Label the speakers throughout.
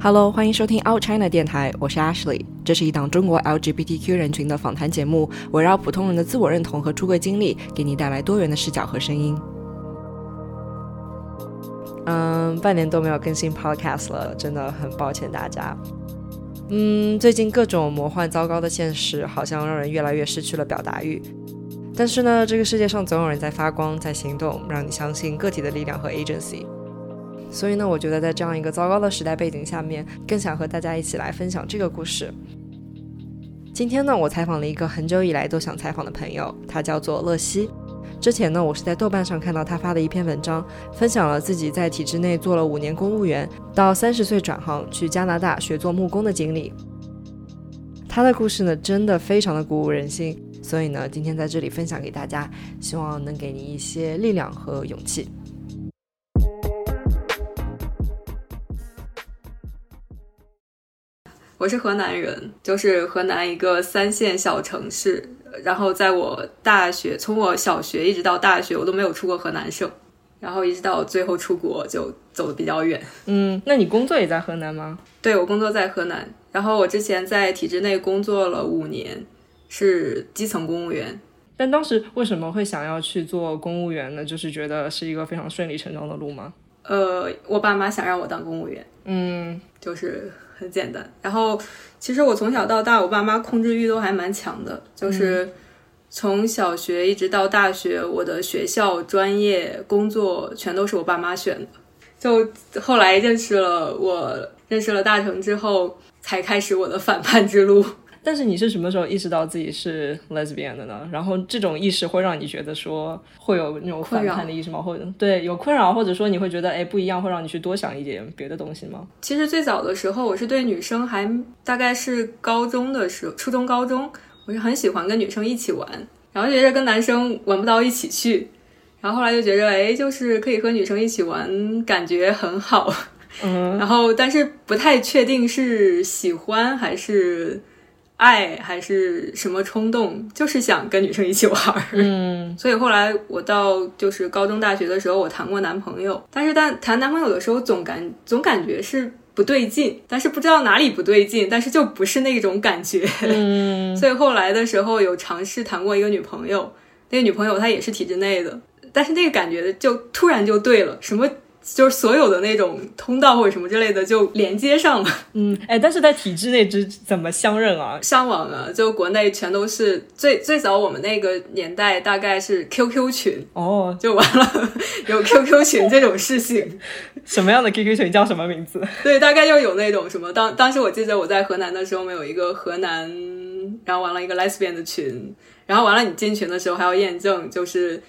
Speaker 1: Hello，欢迎收听 Out China 电台，我是 Ashley。这是一档中国 LGBTQ 人群的访谈节目，围绕普通人的自我认同和出柜经历，给你带来多元的视角和声音。嗯，半年多没有更新 Podcast 了，真的很抱歉大家。嗯，最近各种魔幻糟糕的现实，好像让人越来越失去了表达欲。但是呢，这个世界上总有人在发光，在行动，让你相信个体的力量和 agency。所以呢，我觉得在这样一个糟糕的时代背景下面，更想和大家一起来分享这个故事。今天呢，我采访了一个很久以来都想采访的朋友，他叫做乐西。之前呢，我是在豆瓣上看到他发的一篇文章，分享了自己在体制内做了五年公务员，到三十岁转行去加拿大学做木工的经历。他的故事呢，真的非常的鼓舞人心，所以呢，今天在这里分享给大家，希望能给你一些力量和勇气。
Speaker 2: 我是河南人，就是河南一个三线小城市。然后在我大学，从我小学一直到大学，我都没有出过河南省。然后一直到我最后出国，就走的比较远。
Speaker 1: 嗯，那你工作也在河南吗？
Speaker 2: 对我工作在河南，然后我之前在体制内工作了五年，是基层公务员。
Speaker 1: 但当时为什么会想要去做公务员呢？就是觉得是一个非常顺理成章的路吗？
Speaker 2: 呃，我爸妈想让我当公务员，
Speaker 1: 嗯，
Speaker 2: 就是很简单。然后其实我从小到大，我爸妈控制欲都还蛮强的，就是从小学一直到大学，我的学校、专业、工作全都是我爸妈选的。就后来认识了我，认识了大成之后，才开始我的反叛之路。
Speaker 1: 但是你是什么时候意识到自己是 lesbian 的呢？然后这种意识会让你觉得说会有那种反叛的意识吗？或者对有困扰，或者说你会觉得哎不一样，会让你去多想一点别的东西吗？
Speaker 2: 其实最早的时候，我是对女生还大概是高中的时候，初中、高中，我是很喜欢跟女生一起玩，然后觉得跟男生玩不到一起去，然后后来就觉得哎，就是可以和女生一起玩，感觉很好。
Speaker 1: 嗯，
Speaker 2: 然后但是不太确定是喜欢还是。爱还是什么冲动，就是想跟女生一起玩儿。
Speaker 1: 嗯，
Speaker 2: 所以后来我到就是高中、大学的时候，我谈过男朋友，但是但谈男朋友的时候，总感总感觉是不对劲，但是不知道哪里不对劲，但是就不是那种感觉。
Speaker 1: 嗯，
Speaker 2: 所以后来的时候有尝试谈过一个女朋友，那个女朋友她也是体制内的，但是那个感觉就突然就对了，什么。就是所有的那种通道或者什么之类的就连接上了，
Speaker 1: 嗯，哎，但是在体制内之怎么相认啊？
Speaker 2: 上网啊，就国内全都是最最早我们那个年代大概是 QQ 群
Speaker 1: 哦，
Speaker 2: 就完了，有 QQ 群这种事情，
Speaker 1: 什么样的 QQ 群叫什么名字？
Speaker 2: 对，大概就有那种什么当当时我记得我在河南的时候，我们有一个河南，然后完了一个 lesbian 的群，然后完了你进群的时候还要验证，就是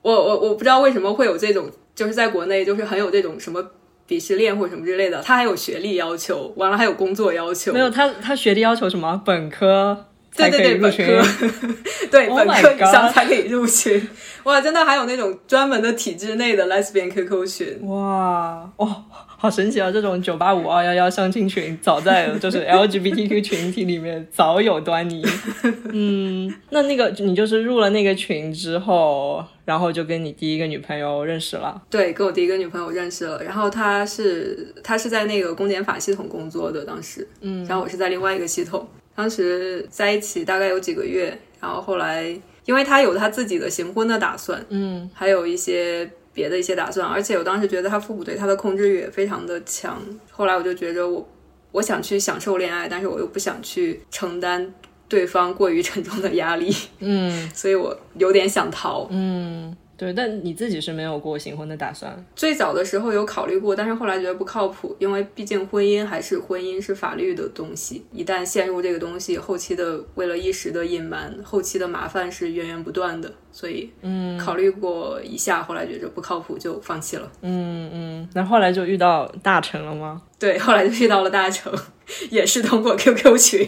Speaker 2: 我我我不知道为什么会有这种。就是在国内，就是很有这种什么鄙视链或者什么之类的，他还有学历要求，完了还有工作要 求。
Speaker 1: 没有，他他学历要求什么？本科才
Speaker 2: 对
Speaker 1: 可以
Speaker 2: 对对，
Speaker 1: 入
Speaker 2: 本
Speaker 1: 群。
Speaker 2: 科，对、
Speaker 1: Oh
Speaker 2: 本
Speaker 1: my
Speaker 2: 科以上
Speaker 1: God
Speaker 2: 才可以入群。哇，真的还有那种专门的体制内的 lesbian QQ 群。
Speaker 1: 哇哦，好神奇啊！这种九八五二幺幺相亲群，早在 就是 LGBTQ 群体里面早有端 倪。嗯，那那个你就是入了那个群之后，然后就跟你第一个女朋友认识了。
Speaker 2: 对，跟我第一个女朋友认识了，然后她是她是在那个公检法系统工作的，当时，
Speaker 1: 嗯，
Speaker 2: 然后我是在另外一个系统，当时在一起大概有几个月，然后后来因为她有她自己的行婚的打算，
Speaker 1: 嗯
Speaker 2: 还有一些别的一些打算，而且我当时觉得他父母对他的控制欲也非常的强。后来我就觉着我我想去享受恋爱，但是我又不想去承担对方过于沉重的压力，
Speaker 1: 嗯
Speaker 2: 所以我有点想逃。
Speaker 1: 嗯，对。但你自己是没有过行婚的打算。
Speaker 2: 最早的时候有考虑过，但是后来觉得不靠谱，因为毕竟婚姻还是婚姻，是法律的东西。一旦陷入这个东西，后期的为了一时的隐瞒，后期的麻烦是源源不断的，所以
Speaker 1: 嗯
Speaker 2: 考虑过一下，后来觉着不靠谱就放弃了。
Speaker 1: 嗯嗯。那后来就遇到大成了吗？
Speaker 2: 对，后来就遇到了大成， 也是通过 QQ 群。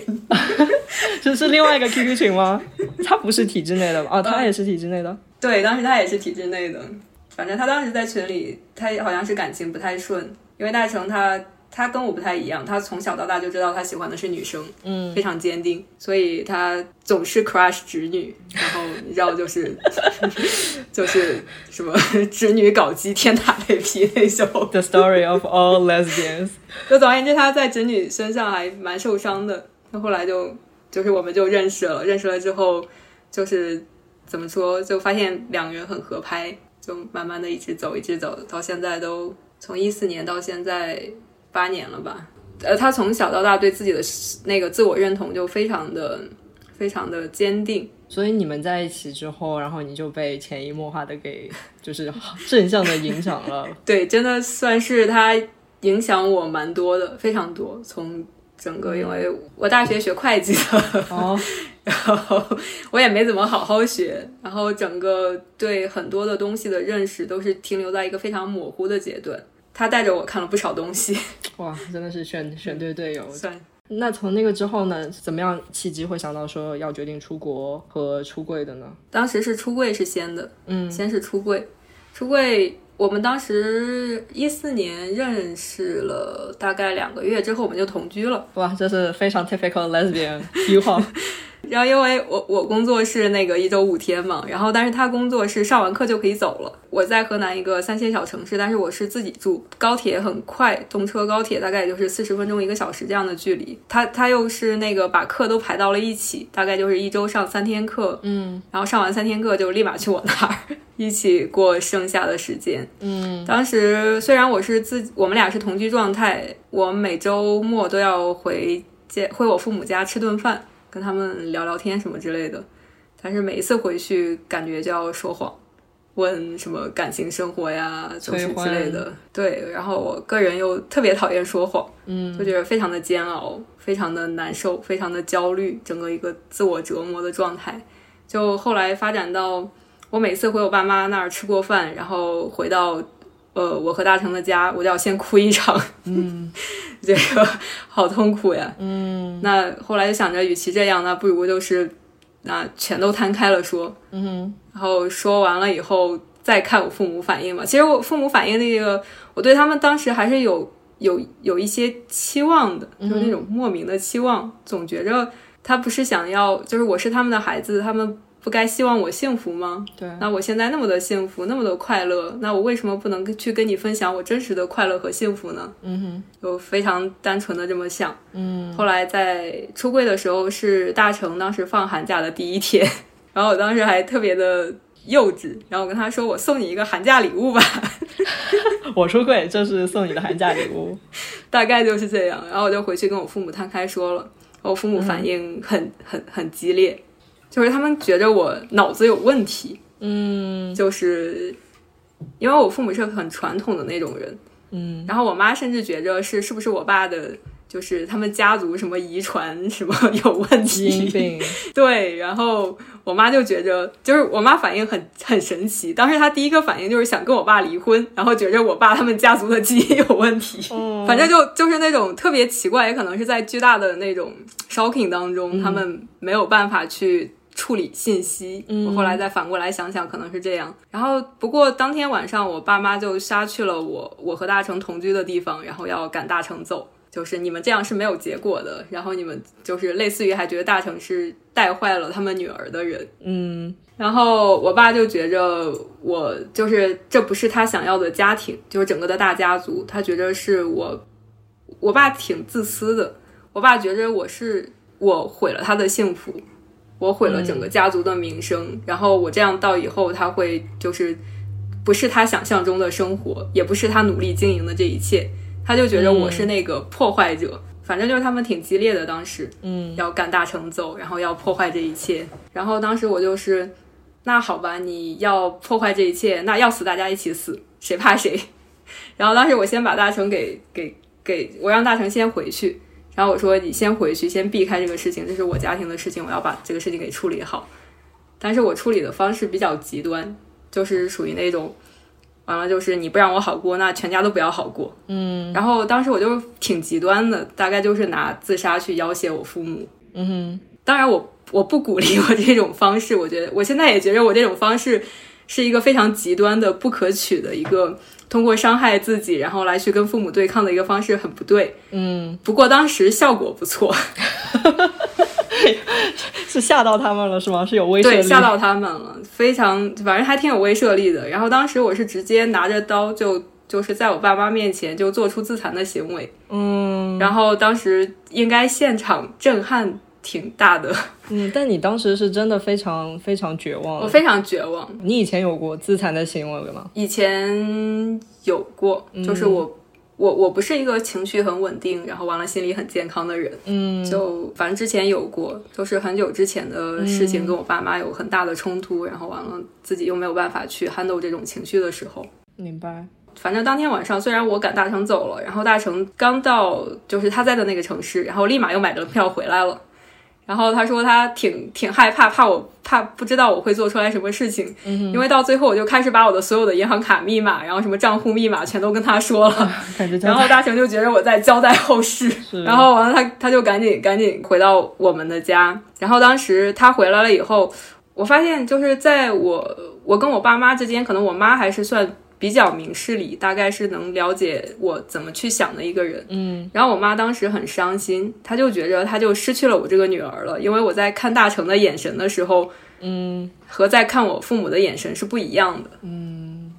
Speaker 1: 这是另外一个 QQ 群吗？他不是体制内的吧？哦，他也是体制内的。
Speaker 2: 对，当时他也是体制内的，反正他当时在群里，他好像是感情不太顺，因为大成他他跟我不太一样，他从小到大就知道他喜欢的是女生，嗯，非常坚定，所以他总是 crush 直女，然后你知道就是 就是什么 直女搞基天打雷劈那种。
Speaker 1: The story of all lesbians。
Speaker 2: 就总而言之，他在直女身上还蛮受伤的。那后来就就是我们就认识了，认识了之后就是怎么说，就发现两个人很合拍，就慢慢的一直走，一直走到现在都从一四年到现在八年了吧。呃，他从小到大对自己的那个自我认同就非常的非常的坚定，
Speaker 1: 所以你们在一起之后，然后你就被潜移默化的给就是正向的影响 了。
Speaker 2: 对，真的算是他影响我蛮多的，非常多。从整个，因为我大学学会计的，
Speaker 1: 哦，
Speaker 2: 然后 我也没怎么好好学，然后整个对很多的东西的认识都是停留在一个非常模糊的阶段。他带着我看了不少东西，
Speaker 1: 哇，真的是选选对队友。
Speaker 2: 算
Speaker 1: 那从那个之后呢，怎么样契机会想到说要决定出国和出柜的呢？
Speaker 2: 当时是出柜是先的，
Speaker 1: 嗯，
Speaker 2: 先是出柜，出柜。我们当时一四年认识了大概两个月之后，我们就同居了。
Speaker 1: 哇，这是非常 typical lesbian 一号。
Speaker 2: 然后因为我我工作是那个一周五天嘛，然后但是他工作是上完课就可以走了。我在河南一个三线小城市，但是我是自己住，高铁很快，动车高铁大概也就是四十分钟一个小时这样的距离。他他又是那个把课都排到了一起，大概就是一周上三天课，
Speaker 1: 嗯
Speaker 2: 然后上完三天课就立马去我那儿 一起过剩下的时间。
Speaker 1: 嗯
Speaker 2: 当时虽然我是自己，我们俩是同居状态，我每周末都要回家回我父母家吃顿饭，跟他们聊聊天什么之类的。但是每一次回去，感觉就要说谎，问什么感情生活呀、就是
Speaker 1: 催
Speaker 2: 之
Speaker 1: 婚
Speaker 2: 类的。对，然后我个人又特别讨厌说谎，
Speaker 1: 嗯，
Speaker 2: 就觉得非常的煎熬，非常的难受，非常的焦虑，整个一个自我折磨的状态。就后来发展到我每次回我爸妈那儿吃过饭，然后回到呃我和大成的家，我就要先哭一场。嗯， 这个好痛苦呀。嗯，那后来就想着，与其这样，那不如就是那全都摊开了说。嗯，然后说完了以后。再看我父母反应吧。其实我父母反应那个，我对他们当时还是有有有一些期望的，就是那种莫名的期望，总觉着他不是想要，就是我是他们的孩子，他们不该希望我幸福吗？
Speaker 1: 对
Speaker 2: 那我现在那么的幸福，那么的快乐，那我为什么不能跟去跟你分享我真实的快乐和幸福呢？
Speaker 1: 嗯哼
Speaker 2: 就非常单纯的这么想。
Speaker 1: 嗯，
Speaker 2: 后来在出柜的时候是大成当时放寒假的第一天， 然后我当时还特别的幼稚，然后我跟他说我送你一个寒假礼物吧。
Speaker 1: 我出柜，这是送你的寒假礼物。
Speaker 2: 大概就是这样。然后我就回去跟我父母摊开说了，我父
Speaker 1: 嗯
Speaker 2: 母反应很、很很激烈，就是他们觉着我脑子有问题，
Speaker 1: 嗯
Speaker 2: 就是因为我父母是很传统的那种人，
Speaker 1: 嗯，
Speaker 2: 然后我妈甚至觉着是是不是我爸的。就是他们家族什么遗传什么有问
Speaker 1: 基因
Speaker 2: 题，
Speaker 1: 病。
Speaker 2: 对，然后我妈就觉着，就是我妈反应很很神奇，当时她第一个反应就是想跟我爸离婚，然后觉着我爸他们家族的基因有问题，
Speaker 1: 嗯
Speaker 2: 反正就就是那种特别奇怪，也可能是在巨大的那种 shocking 当中，他们没有办法去处理信息。我后来再反过来想想，可能是这样。然后不过当天晚上，我爸妈就杀去了我我和大成同居的地方，然后要赶大成走。就是你们这样是没有结果的，然后你们就是类似于还觉得大成是带坏了他们女儿的人，
Speaker 1: 嗯
Speaker 2: 然后我爸就觉着我就是这不是他想要的家庭，就是整个的大家族，他觉着是我，我爸挺自私的，我爸觉着我是我毁了他的幸福，我毁了整个家族的名声，然后我这样到以后他会就是不是他想象中的生活，也不是他努力经营的这一切，他就觉着我是那个破坏者，反正就是他们挺激烈的当时，
Speaker 1: 嗯
Speaker 2: 要赶大成走，然后要破坏这一切。然后当时我就是，那好吧，你要破坏这一切，那要死大家一起死，谁怕谁。 然后当时我先把大成给给给我让大成先回去，然后我说你先回去，先避开这个事情，这是我家庭的事情，我要把这个事情给处理好。但是我处理的方式比较极端，就是属于那种，完了就是你不让我好过，那全家都不要好过。
Speaker 1: 嗯
Speaker 2: 然后当时我就挺极端的，大概就是拿自杀去要挟我父母，
Speaker 1: 嗯哼
Speaker 2: 当然我，我不鼓励我这种方式，我觉得我现在也觉得我这种方式是一个非常极端的、不可取的一个通过伤害自己，然后来去跟父母对抗的一个方式，很不对。
Speaker 1: 嗯，
Speaker 2: 不过当时效果不错，
Speaker 1: 是吓到他们了是吗？是有威慑力？
Speaker 2: 对，吓到他们了，非常，反正还挺有威慑力的。然后当时我是直接拿着刀就。就是在我爸妈面前就做出自残的行为，
Speaker 1: 嗯
Speaker 2: 然后当时应该现场震撼挺大的，
Speaker 1: 嗯。但你当时是真的非常非常绝望。
Speaker 2: 我非常绝望。
Speaker 1: 你以前有过自残的行为吗？
Speaker 2: 以前有过，
Speaker 1: 嗯
Speaker 2: 就是我、我我不是一个情绪很稳定，然后完了心理很健康的人，
Speaker 1: 嗯，
Speaker 2: 就反正之前有过，就是很久之前
Speaker 1: 嗯
Speaker 2: 的事情，跟我爸妈有很大的冲突，然后完了自己又没有办法去 handle 这种情绪的时候。
Speaker 1: 明 白。
Speaker 2: 反正当天晚上，虽然我赶大成走了，然后大成刚到就是他在的那个城市，然后立马又买了票回来了。然后他说他挺挺害怕，怕我怕不知道我会做出来什么事情，因为到最后我就开始把我的所有的银行卡密码，然后什么账户密码全都跟他说了。
Speaker 1: 感觉这
Speaker 2: 然后大成就觉得我在交代后事，然后完了他他就赶紧赶紧回到我们的家。然后当时他回来了以后，我发现就是在我我跟我爸妈之间，可能我妈还是算比较明事理，大概是能了解我怎么去想的一个人。嗯，然后我妈当时很伤心，她就觉着她就失去了我这个女儿了，因为我在看大成的眼神的时候，嗯，和在看我父母的眼神是不一样的。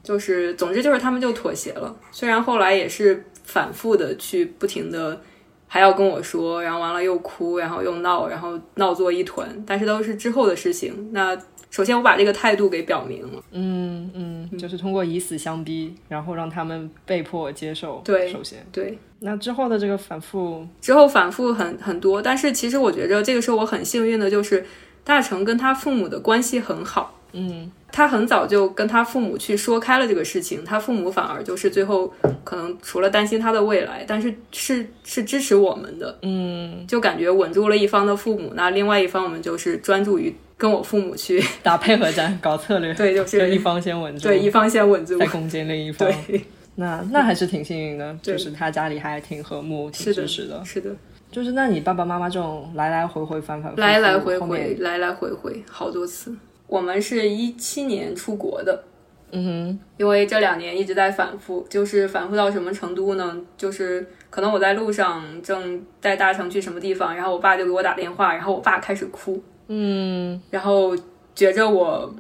Speaker 2: 就是，总之就是他们就妥协了。虽然后来也是反复的去不停的，还要跟我说，然后完了又哭，然后又闹，然后闹作一团，但是都是之后的事情。那首先我把这个态度给表明了，
Speaker 1: 嗯嗯，就是通过以死相逼，然后让他们被迫接受。
Speaker 2: 对
Speaker 1: 首先，
Speaker 2: 对，
Speaker 1: 那之后的这个反复，
Speaker 2: 之后反复很很多，但是其实我觉着这个时候我很幸运的就是大成跟他父母的关系很好，嗯，他很早就跟他父母去说开了这个事情，他父母反而就是最后可能除了担心他的未来，但是是是支持我们的，嗯，就感觉稳住了一方的父母，那另外一方我们就是专注于跟我父母去，
Speaker 1: 打配合战，搞策略，
Speaker 2: 对，就是
Speaker 1: 一方先稳住，
Speaker 2: 对一方先稳住
Speaker 1: 再，攻坚另一方。
Speaker 2: 对，
Speaker 1: 那那还是挺幸运的，
Speaker 2: 对
Speaker 1: 就是他家里还挺和睦，挺
Speaker 2: 是的，
Speaker 1: 支持的。
Speaker 2: 是的，
Speaker 1: 就是那你爸爸妈妈这种来来回回、反反复复，
Speaker 2: 来来回
Speaker 1: 后
Speaker 2: 回，
Speaker 1: 面，
Speaker 2: 来来回回，好多次。我们是一七年出国的，
Speaker 1: 嗯
Speaker 2: 因为这两年一直在反复，就是反复到什么程度呢？就是可能我在路上正带大成去什么地方，然后我爸就给我打电话，然后我爸开始哭，嗯，然后觉着我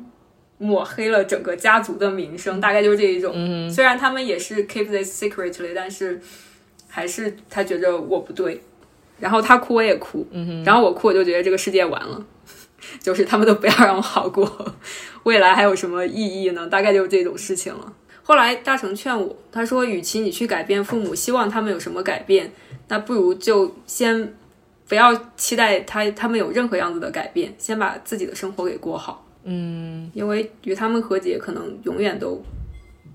Speaker 2: 抹黑了整个家族的名声，大概就是这一种。嗯、虽然他们也是 keep this secretly，但是还是他觉着我不对，然后他哭我也哭，嗯、然后我哭我就觉得这个世界完了。 就是他们都不要让我好过， 未来还有什么意义呢？大概就是这种事情了。后来大成劝我，他说，与其你去改变父母，希望他们有什么改变，那不如就先不要期待他他们有任何样子的改变，先把自己的生活给过好。嗯，因为与他们和解可能永远都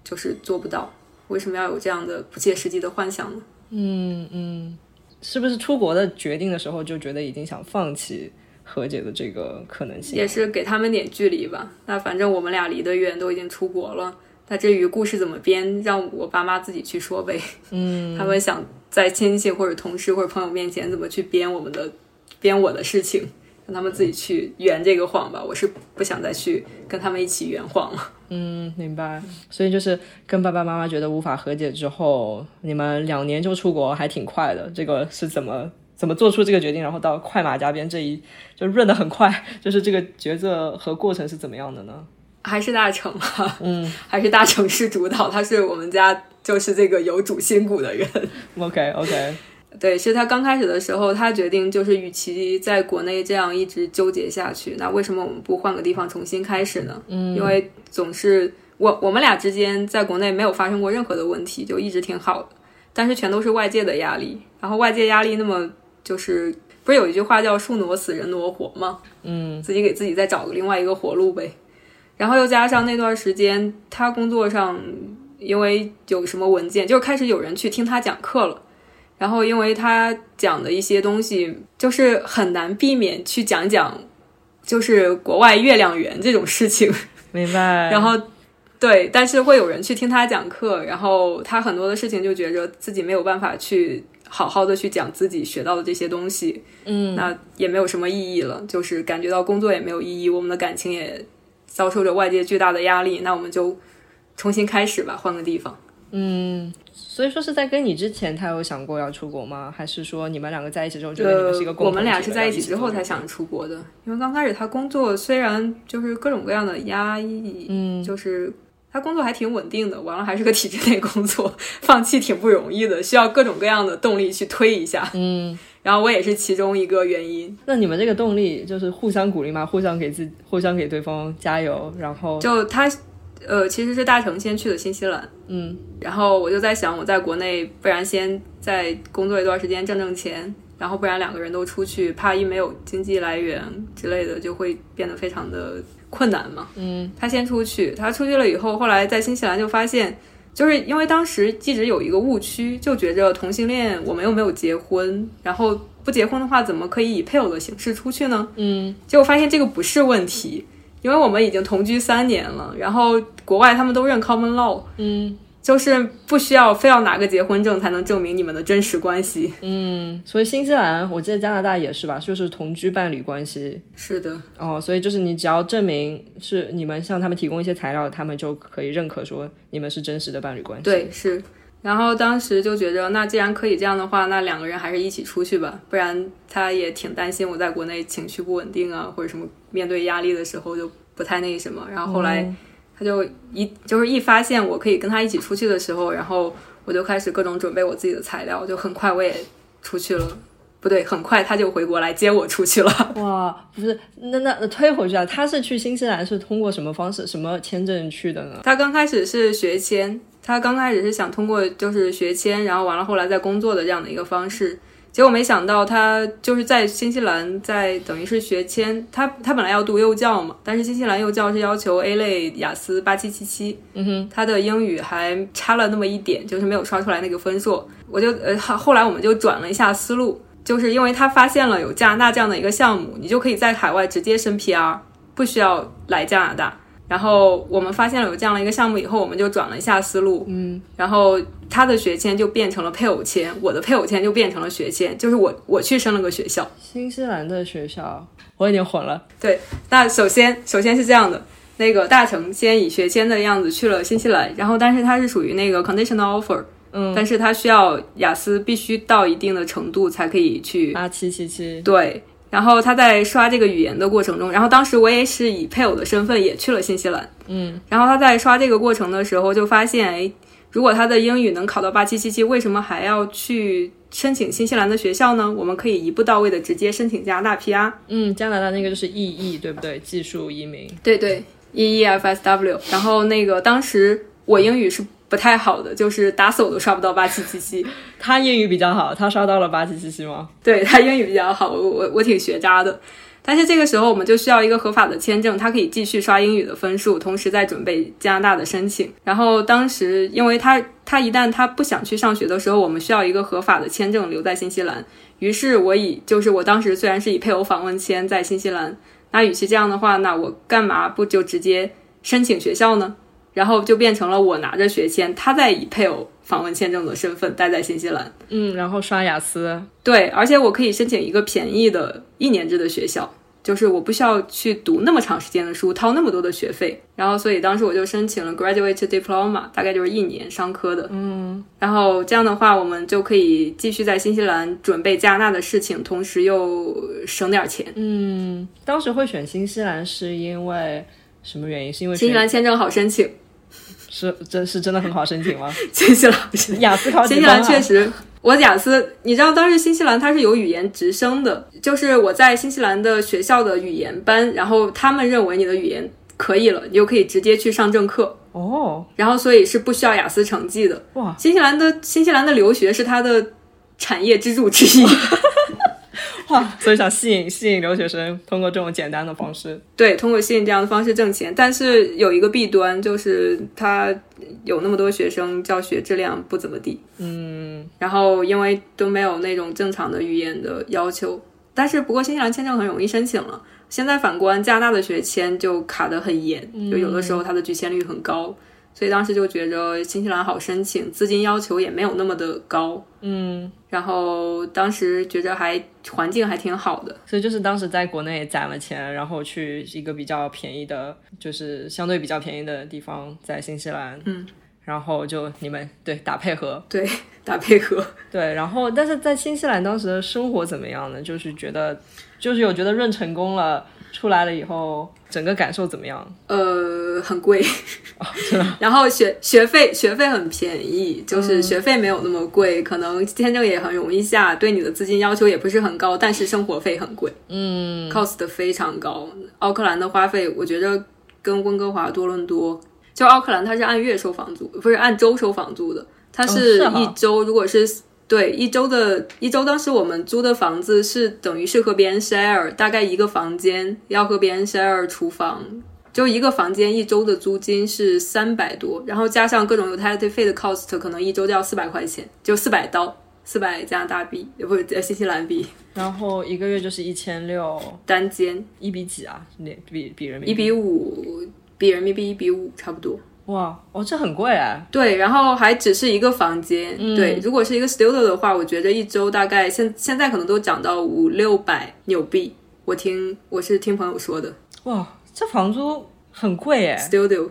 Speaker 2: 就是做不到。为什么要有这样的不切实际的幻想呢？
Speaker 1: 嗯嗯，是不是出国的决定的时候就觉得已经想放弃和解的这个可能性？
Speaker 2: 也是给他们点距离吧。那反正我们俩离得远，都已经出国了。那至于故事怎么编，让我爸妈自己去说呗。嗯， 他们想在亲戚或者同事或者朋友面前怎么去编我们的编我的事情，让他们自己去圆这个谎吧。我是不想再去跟他们一起圆谎了。
Speaker 1: 嗯，明白。所以就是跟爸爸妈妈觉得无法和解之后，你们两年就出国，还挺快的。这个是怎么怎么做出这个决定，然后到快马加鞭这一就润的很快，就是这个抉择和过程是怎么样的呢？
Speaker 2: 还是大成吧，嗯， 还是大城市主导，他是我们家就是这个有主心骨的人。
Speaker 1: OK OK，
Speaker 2: 对，是他刚开始的时候，他决定就是，与其在国内这样一直纠结下去，那为什么我们不换个地方重新开始呢？嗯，因为总是我我们俩之间在国内没有发生过任何的问题，就一直挺好的，但是全都是外界的压力，然后外界压力那么就是。不是有一句话叫“树挪死，人挪活”吗？嗯，自己给自己再找个另外一个活路呗。然后又加上那段时间，他工作上因为有什么文件，就开始有人去听他讲课了。然后因为他讲的一些东西，就是很难避免去讲讲，就是国外月亮圆这种事情。
Speaker 1: 明白。
Speaker 2: 然后，对，但是会有人去听他讲课，然后他很多的事情就觉着自己没有办法去好好的去讲自己学到的这些东西，嗯，那也没有什么意义了，就是感觉到工作也没有意义，我们的感情也遭受着外界巨大的压力，那我们就重新开始吧，换个地方。
Speaker 1: 嗯，所以说是在跟你之前，他有想过要出国吗？还是说你们两个在一起之后觉得你们是一个共
Speaker 2: 呃
Speaker 1: 同
Speaker 2: 我
Speaker 1: 体
Speaker 2: 们
Speaker 1: 了
Speaker 2: 俩是在
Speaker 1: 要一
Speaker 2: 一起之后
Speaker 1: 做
Speaker 2: 才想出国的，因为刚开始他工作虽然就是各种各样的压抑，嗯，就是他工作还挺稳定的，完了还是个体制内工作， 放弃挺不容易的，需要各种各样的动力去推一下，嗯，然后我也是其中一个原因，
Speaker 1: 那你们这个动力就是互相鼓励嘛，互相给自己，互相给对方加油，然后
Speaker 2: 就他，呃，其实是大成先去的新西兰，
Speaker 1: 嗯，
Speaker 2: 然后我就在想，我在国内，不然先再工作一段时间挣挣钱，然后不然两个人都出去，怕一没有经济来源之类的，就会变得非常的困难嘛。嗯，他先出去，他出去了以后，后来在新西兰就发现。就是因为当时一直有一个误区，就觉着同性恋我们又没有结婚，然后不结婚的话，怎么可以以配偶的形式出去呢？嗯，结果发现这个不是问题，因为我们已经同居三年了，然后国外他们都认 common law，嗯，就是不需要非要拿个结婚证才能证明你们的真实关系。
Speaker 1: 所以新西兰，我记得加拿大也是吧，就是同居伴侣关系
Speaker 2: 是的，
Speaker 1: 哦，所以就是你只要证明是你们向他们提供一些材料，他们就可以认可说你们是真实的伴侣关系。
Speaker 2: 对，是。然后当时就觉着，那既然可以这样的话，那两个人还是一起出去吧，不然他也挺担心我在国内情绪不稳定啊，或者什么面对压力的时候就不太那什么。然后后来
Speaker 1: 哦
Speaker 2: 他就一就是一发现我可以跟他一起出去的时候，然后我就开始各种准备我自己的材料，就很快我也出去了，不对，很快他就回国来接我出去了。
Speaker 1: 哇，不是，那那那推回去啊，他是去新西兰是通过什么方式、什么签证去的呢？
Speaker 2: 他刚开始是学签，他刚开始是想通过就是学签，然后完了后来再工作的这样的一个方式。结果没想到他就是在新西兰，在等于是学签，他他本来要读幼教嘛，但是新西兰幼教是要求 A 类雅思八七七七，嗯哼，他的英语还差了那么一点，就是没有刷出来那个分数。我就呃后后来我们就转了一下思路，就是因为他发现了有加拿大这样的一个项目，你就可以在海外直接申 PR，不需要来加拿大。然后我们发现了有这样的一个项目以后，我们就转了一下思路，嗯，然后他的学签就变成了配偶签，我的配偶签就变成了学签，就是我我去升了个学校。
Speaker 1: 新西兰的学校，我有点混了。
Speaker 2: 对，那首先首先是这样的，那个大成先以学签的样子去了新西兰，然后但是他是属于那个 conditional offer，嗯，但是他需要雅思必须到一定的程度才可以去
Speaker 1: 八七七七，
Speaker 2: 对，然后他在刷这个语言的过程中，然后当时我也是以配偶的身份也去了新西兰，嗯，然后他在刷这个过程的时候就发现，哎，如果他的英语能考到八七七七，为什么还要去申请新西兰的学校呢？我们可以一步到位的直接申请加拿大啊 PR，
Speaker 1: 嗯，加拿大那个就是 EE 对不对？技术移民，
Speaker 2: 对对，E E F S W，然后那个当时我英语是不太好的，就是打死我都刷不到八七七七。
Speaker 1: 他英语比较好，他刷到了八七七七吗？
Speaker 2: 对他英语比较好，我我我挺学渣的。但是这个时候我们就需要一个合法的签证，他可以继续刷英语的分数，同时再准备加拿大的申请。然后当时因为他他一旦他不想去上学的时候，我们需要一个合法的签证留在新西兰。于是我以就是我当时虽然是以配偶访问签在新西兰，那与其这样的话，那我干嘛不就直接申请学校呢？然后就变成了我拿着学签，他在以配偶访问签证的身份待在新西兰。
Speaker 1: 嗯，然后刷雅思，
Speaker 2: 对，而且我可以申请一个便宜的一年制的学校，就是我不需要去读那么长时间的书，掏那么多的学费。然后，所以当时我就申请了 graduate diploma，大概就是一年商科的。嗯，然后这样的话，我们就可以继续在新西兰准备加拿大的事情，同时又省点钱。
Speaker 1: 当时会选新西兰是因为什么原因？是因为
Speaker 2: 新西兰签证好申请，
Speaker 1: 是真是真的很好申请 吗？
Speaker 2: 新西兰好申请
Speaker 1: 雅思考几
Speaker 2: 新西
Speaker 1: 分啊
Speaker 2: 兰确实，我雅思，你知道当时新西兰它是有语言直升的，就是我在新西兰的学校的语言班，然后他们认为你的语言可以了，你就可以直接去上正课，
Speaker 1: 哦，
Speaker 2: 然后所以是不需要雅思成绩的。
Speaker 1: 哇，
Speaker 2: 新西兰的新西兰的留学是它的产业支柱之一。
Speaker 1: 哇，所以想吸引吸引留学生，通过这种简单的方式，
Speaker 2: 对，通过吸引这样的方式挣钱，但是有一个弊端，就是他有那么多学生，教学质量不怎么地。嗯，然后因为都没有那种正常的语言的要求，但是不过新西兰签证很容易申请了。现在反观加拿大的学签就卡得很严，就有的时候它的拒签率很高，所以当时就觉着新西兰好申请，资金要求也没有那么的高，
Speaker 1: 嗯，
Speaker 2: 然后当时觉着还环境还挺好的，
Speaker 1: 所以就是当时在国内攒了钱，然后去一个比较便宜的，就是相对比较便宜的地方，在新西兰，
Speaker 2: 嗯，
Speaker 1: 然后就你们对打配合，
Speaker 2: 对， 打配合，
Speaker 1: 对，然后但是在新西兰当时的生活怎么样呢？就是觉得，就是有觉得润成功了，出来了以后整个感受怎么样？
Speaker 2: 呃，很贵， 然后学学费学费很便宜，就是学费没有那么贵，可能签证也很容易下，对你的资金要求也不是很高，但是生活费很贵，嗯，cost 非常高。奥克兰的花费，我觉着跟温哥华、多伦多，就奥克兰它是按月收房租，不是按周收房租的，它
Speaker 1: 哦是
Speaker 2: 是
Speaker 1: 哈
Speaker 2: 一周，如果是对，一周的一周，当时我们租的房子是等于是和别人 share，大概一个房间要和别人 share 厨房，就一个房间一周的租金是三百多，然后加上各种犹太费的 cost，可能一周就要四百块钱，就四百刀，四百加拿大币，也不是呃新西兰币，
Speaker 1: 然后一个月就是一千六，
Speaker 2: 单间
Speaker 1: 一比几啊？连比比人民币
Speaker 2: 一比五，比人民币一比五差不多。
Speaker 1: 哇哦，这很贵哎，
Speaker 2: 对，然后还只是一个房间。对，如果是一个 studio 的话，我觉得一周大概现现在可能都涨到五六百纽币。我听我是听朋友说的
Speaker 1: 哇，这房租很贵哎，
Speaker 2: ，studio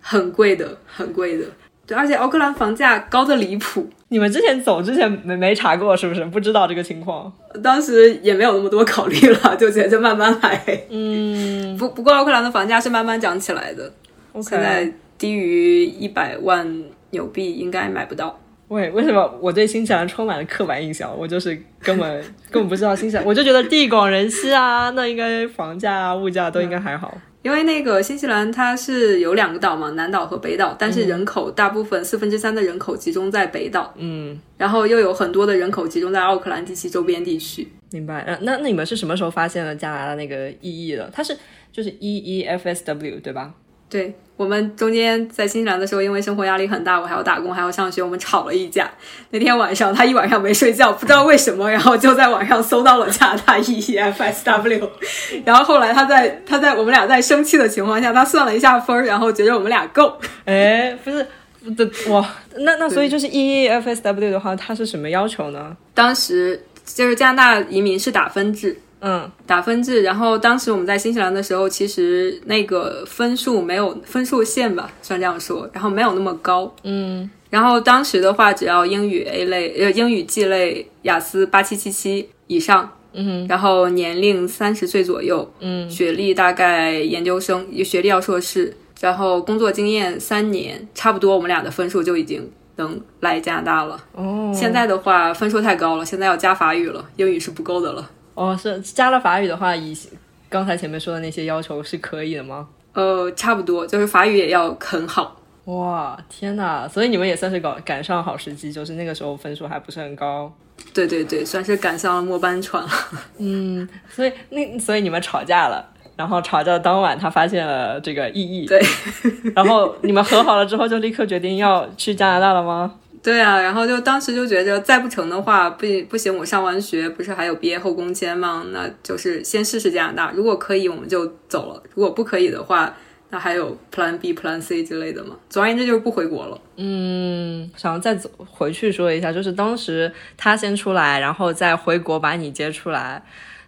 Speaker 2: 很贵的，很贵的。对，而且奥克兰房价高的离谱，
Speaker 1: 你们之前走之前没没查过是不是？不知道这个情况。
Speaker 2: 当时也没有那么多考虑了，就觉得慢慢来。嗯， 不不过奥克兰的房价是慢慢涨起来的，
Speaker 1: OK，
Speaker 2: 现在低于一百万纽币应该买不到。
Speaker 1: 喂，为什么我对新西兰充满了刻板印象？我就是根本 根本不知道新西兰，我就觉得地广人稀啊，那应该房价啊、物价都应该还好。
Speaker 2: 因为那个新西兰它是有两个岛嘛，南岛和北岛，但是人口大部分四分之三的人口集中在北岛，
Speaker 1: 嗯，
Speaker 2: 然后又有很多的人口集中在奥克兰及其周边地区。
Speaker 1: 明白。那那那你们是什么时候发现了加拿大那个 EE 的？它是就是 E EEFSW 对吧？
Speaker 2: 对我们中间在新西兰的时候，因为生活压力很大，我还要打工，还要上学，我们吵了一架。那天晚上他一晚上没睡觉，不知道为什么，然后就在网上搜到了加拿大 EEFSW，然后后来他在他在我们俩在生气的情况下，他算了一下分儿，然后觉得我们俩够。
Speaker 1: 哎，不是。的哇，那那所以就是 E EEFSW 的话，它是什么要求呢？
Speaker 2: 当时就是加拿大移民是打分制，
Speaker 1: 嗯，
Speaker 2: 打分制，然后当时我们在新西兰的时候，其实那个分数没有分数线吧，算这样说，然后没有那么高，嗯。然后当时的话，只要英语 A 类，呃，英语 G 类雅思八七七七以上，嗯，然后年龄三十岁左右，嗯，学历大概研究生，学历要硕士，然后工作经验三年，差不多我们俩的分数就已经能来加拿大了。
Speaker 1: 哦，
Speaker 2: 现在的话，分数太高了，现在要加法语了，英语是不够的了。
Speaker 1: 哦，是加了法语的话，以刚才前面说的那些要求是可以的吗？
Speaker 2: 呃，差不多，就是法语也要很好。
Speaker 1: 哇，天呐！所以你们也算是搞赶上好时机，就是那个时候分数还不是很高，
Speaker 2: 对对对，算是赶上了末班船 了。
Speaker 1: 所以那所以你们吵架了，然后吵架的当晚他发现了这个异议，
Speaker 2: 对
Speaker 1: 然后你们和好了之后就立刻决定要去加拿大了吗？
Speaker 2: 对啊，然后就当时就觉着，再不成的话，不不行，我上完学不是还有毕业后工签吗？那就是先试试加拿大，如果可以我们就走了，如果不可以的话，那还有 Plan B、Plan C 之类的嘛。总而言之就是不回国了。
Speaker 1: 想要再走回去说一下，就是当时他先出来，然后再回国把你接出来，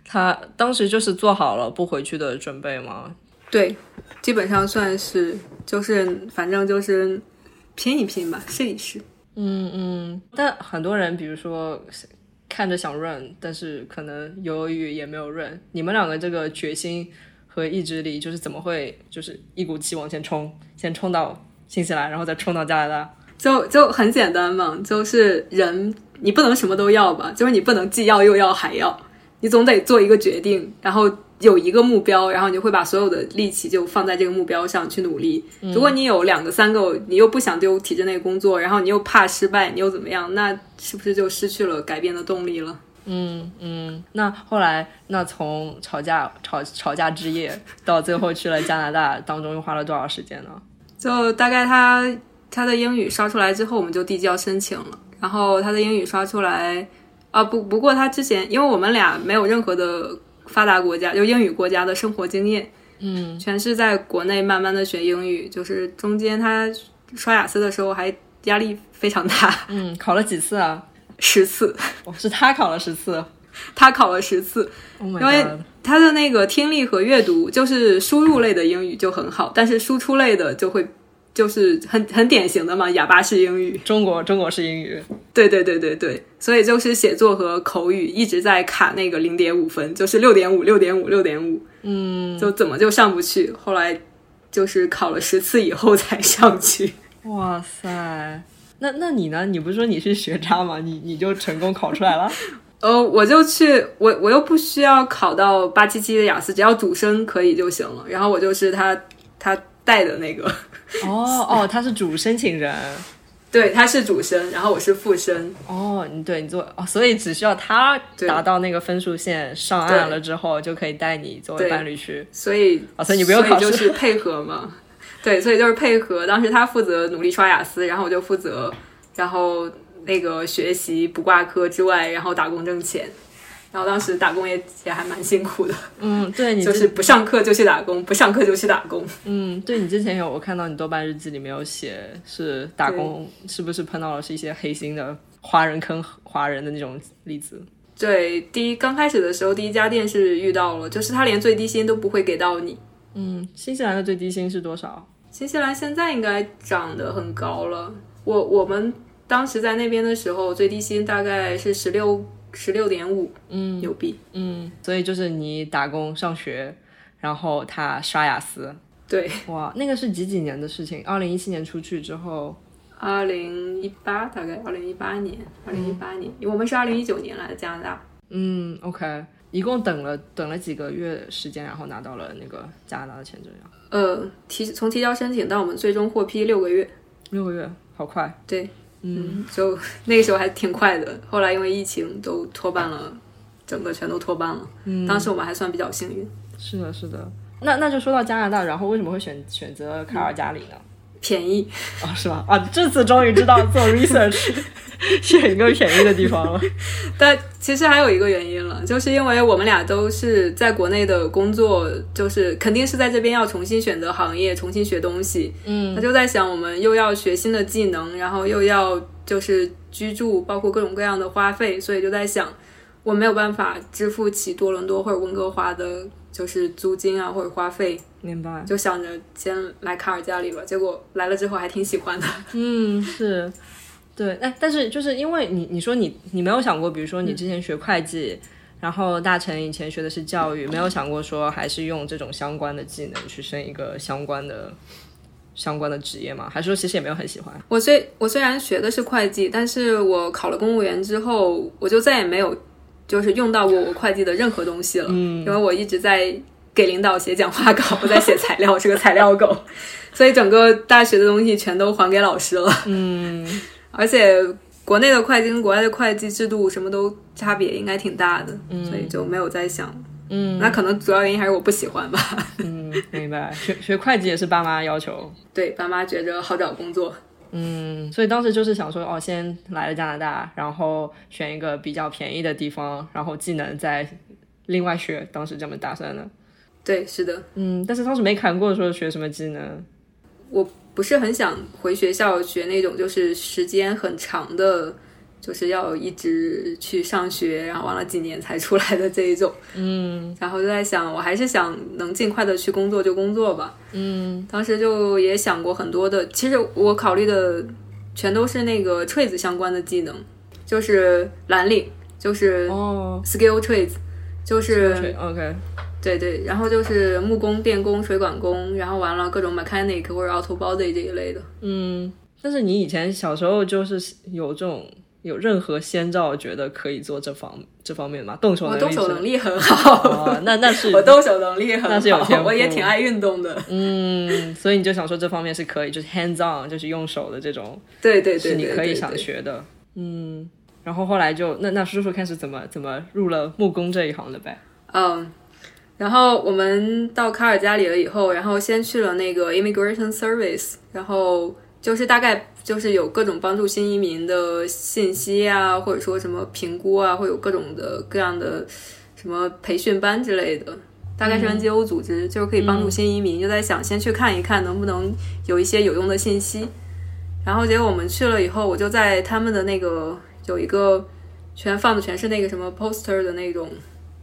Speaker 1: 他当时就是做好了不回去的准备吗？
Speaker 2: 对，基本上算是就是反正就是拼一拼吧，试一试。
Speaker 1: 但很多人，比如说看着想润，但是可能犹犹豫豫也没有润。你们两个这个决心和意志力，就是怎么会就是一股气往前冲，先冲到新西兰，然后再冲到加拿大？
Speaker 2: 就就很简单嘛，就是人你不能什么都要吧，就是你不能既要又要还要，你总得做一个决定，然后有一个目标，然后你就会把所有的力气就放在这个目标上去努力。如果你有两个三个，你又不想丢体制内工作，然后你又怕失败，你又怎么样？那是不是就失去了改变的动力了？
Speaker 1: 那后来，那从吵架吵吵架之夜到最后去了加拿大，当中又花了多少时间呢？
Speaker 2: 就大概他他的英语刷出来之后，我们就递交申请了。然后他的英语刷出来啊，不不过他之前，因为我们俩没有任何的发达国家就英语国家的生活经验，嗯，全是在国内慢慢的学英语，就是中间他刷雅思的时候还压力非常大，
Speaker 1: 嗯，考了几次啊？
Speaker 2: 十次，
Speaker 1: 哦是他考了十次
Speaker 2: 他考了十次，
Speaker 1: ，Oh my
Speaker 2: 因为
Speaker 1: god！
Speaker 2: 他的那个听力和阅读，就是输入类的英语就很好，但是输出类的就会就是很很典型的嘛，哑巴式英语。
Speaker 1: 中国中国式英语，
Speaker 2: 对对对对对，所以就是写作和口语一直在卡那个零点五分，就是六点五、六点五、六点五，嗯，就怎么就上不去。后来就是考了十次以后才上去。
Speaker 1: 哇塞！那那你呢？你不是说你是学渣吗？你你就成功考出来了？
Speaker 2: 呃，我就去，我我又不需要考到八七七的雅思，只要主升可以就行了。然后我就是他他带的那个。
Speaker 1: 哦哦，他是主申请人
Speaker 2: 对，他是主申，然后我是副申。
Speaker 1: 哦，你对你做哦，所以只需要他
Speaker 2: 对
Speaker 1: 达到那个分数线上岸了之后，就可以带你作为
Speaker 2: 对
Speaker 1: 伴侣去。
Speaker 2: 所以
Speaker 1: 啊所以你不用考试
Speaker 2: 就是配 合嘛。对，所以就是配合。当时他负责努力刷雅思，然后我就负责，然后那个学习不挂科之外，然后打工挣钱。然后当时打工也也还蛮辛 苦的，
Speaker 1: 嗯，对你
Speaker 2: 就
Speaker 1: 之
Speaker 2: 是不上课就去打工，不上课就去打工。
Speaker 1: 嗯，对你之前有我看到你豆瓣日记里面有写是打工是不是碰到了是一些黑心的华人坑华人的那种例子？
Speaker 2: 对，第一刚开始的时候，第一家店是遇到了，就是他连最低薪都不会给到你。
Speaker 1: 嗯，新西兰的最低薪是多少？
Speaker 2: 新西兰现在应该涨得很高了。我我们当时在那边的时候，最低薪大概是十六十六点五，嗯，牛逼。
Speaker 1: 嗯，所以就是你打工上学，然后他刷雅思，
Speaker 2: 对，
Speaker 1: 哇，那个是几几年的事情？二零一七年出去之后，
Speaker 2: 二零一八大概二零一八年，二零一八年，因为我们是二零一九年来的加拿大，
Speaker 1: 嗯，OK，一共等了等了几个月时间，然后拿到了那个加拿大的签证，然后
Speaker 2: 呃，提从提交申请到我们最终获批六个月，
Speaker 1: 六个月，好快，
Speaker 2: 对，嗯，就那个时候还挺快的。后来因为疫情都拖办了，整个全都拖办了。嗯，当时我们还算比较幸运，
Speaker 1: 是的，是的。那那就说到加拿大，然后为什么会选选择卡尔加里呢？
Speaker 2: 便宜。
Speaker 1: 哦，是吧？啊，这次终于知道做 research 选一个便宜的地方了。
Speaker 2: 但其实还有一个原因了，就是因为我们俩都是在国内的工作，就是肯定是在这边要重新选择行业，重新学东西。嗯，他就在想，我们又要学新的技能，然后又要就是居住，包括各种各样的花费，所以就在想，我没有办法支付起多伦多或者温哥华的，就是租金啊或者花费，
Speaker 1: 明白。
Speaker 2: 就想着先来卡尔加里吧。结果来了之后还挺喜欢的。
Speaker 1: 嗯，是，对。哎，但是就是因为你你说你你没有想过，比如说你之前学会计，然后大成以前学的是教育，没有想过说还是用这种相关的技能去升一个相关的相关的职业吗？还是说其实也没有很喜欢？
Speaker 2: 我虽我虽然学的是会计，但是我考了公务员之后，我就再也没有就是用到过我会计的任何东西了，因为我一直在给领导写讲话稿，我在写材料，我是个材料狗， 所以整个大学的东西全都还给老师了。嗯，而且国内的会计跟国外的会计制度什么都差别应该挺大的，所以就没有再想。嗯，那可能主要原因还是我不喜欢吧。
Speaker 1: 嗯，明白。学学会计也是爸妈要求，
Speaker 2: 对，爸妈觉着好找工作，
Speaker 1: 嗯，所以当时就是想说，哦，先来了加拿大，然后选一个比较便宜的地方，然后技能再另外学，当时这么打算的。
Speaker 2: 对，是的。
Speaker 1: 嗯，但是当时没谈过说学什么技能。
Speaker 2: 我不是很想回学校学那种就是时间很长的，就是要一直去上学，然后完了几年才出来的这一种。嗯，然后就在想，我还是想能尽快的去工作就工作吧。嗯，当时就也想过很多的，其实我考虑的全都是那个 trades 相关的技能，就是蓝领，就是
Speaker 1: 哦
Speaker 2: skill trades，就是
Speaker 1: 对，OK，
Speaker 2: 对对，然后就是木工、电工、水管工，然后完了各种 mechanic 或者 auto body 这一类的。
Speaker 1: 嗯，但是你以前小时候就是有这种有任何先兆，觉得可以做这方这方面吗？动手
Speaker 2: 我
Speaker 1: 能力
Speaker 2: 动手
Speaker 1: 是
Speaker 2: 能力很好，
Speaker 1: 哦，那那是
Speaker 2: 我动手能力很
Speaker 1: 那是有天
Speaker 2: 好，
Speaker 1: 赋
Speaker 2: 我也挺爱运动的。
Speaker 1: 嗯，所以你就想说这方面是可以，就是 hands on，就是用手的这种
Speaker 2: 对对对，
Speaker 1: 是你
Speaker 2: 对
Speaker 1: 可以
Speaker 2: 对
Speaker 1: 想
Speaker 2: 对
Speaker 1: 学的。嗯，然后后来就那那叔叔开始怎么怎么入了木工这一行的呗？
Speaker 2: 嗯，然后我们到卡尔加里了以后，然后先去了那个 Immigration Service，然后就是大概就是有各种帮助新移民的信息啊，或者说什么评估啊，会有各种的各样的什么培训班之类的。大概是 NGO 组织，就是可以帮助新移民，就在想先去看一看能不能有一些有用的信息。然后结果我们去了以后，我就在他们的那个有一个全放的全是那个什么 poster 的那种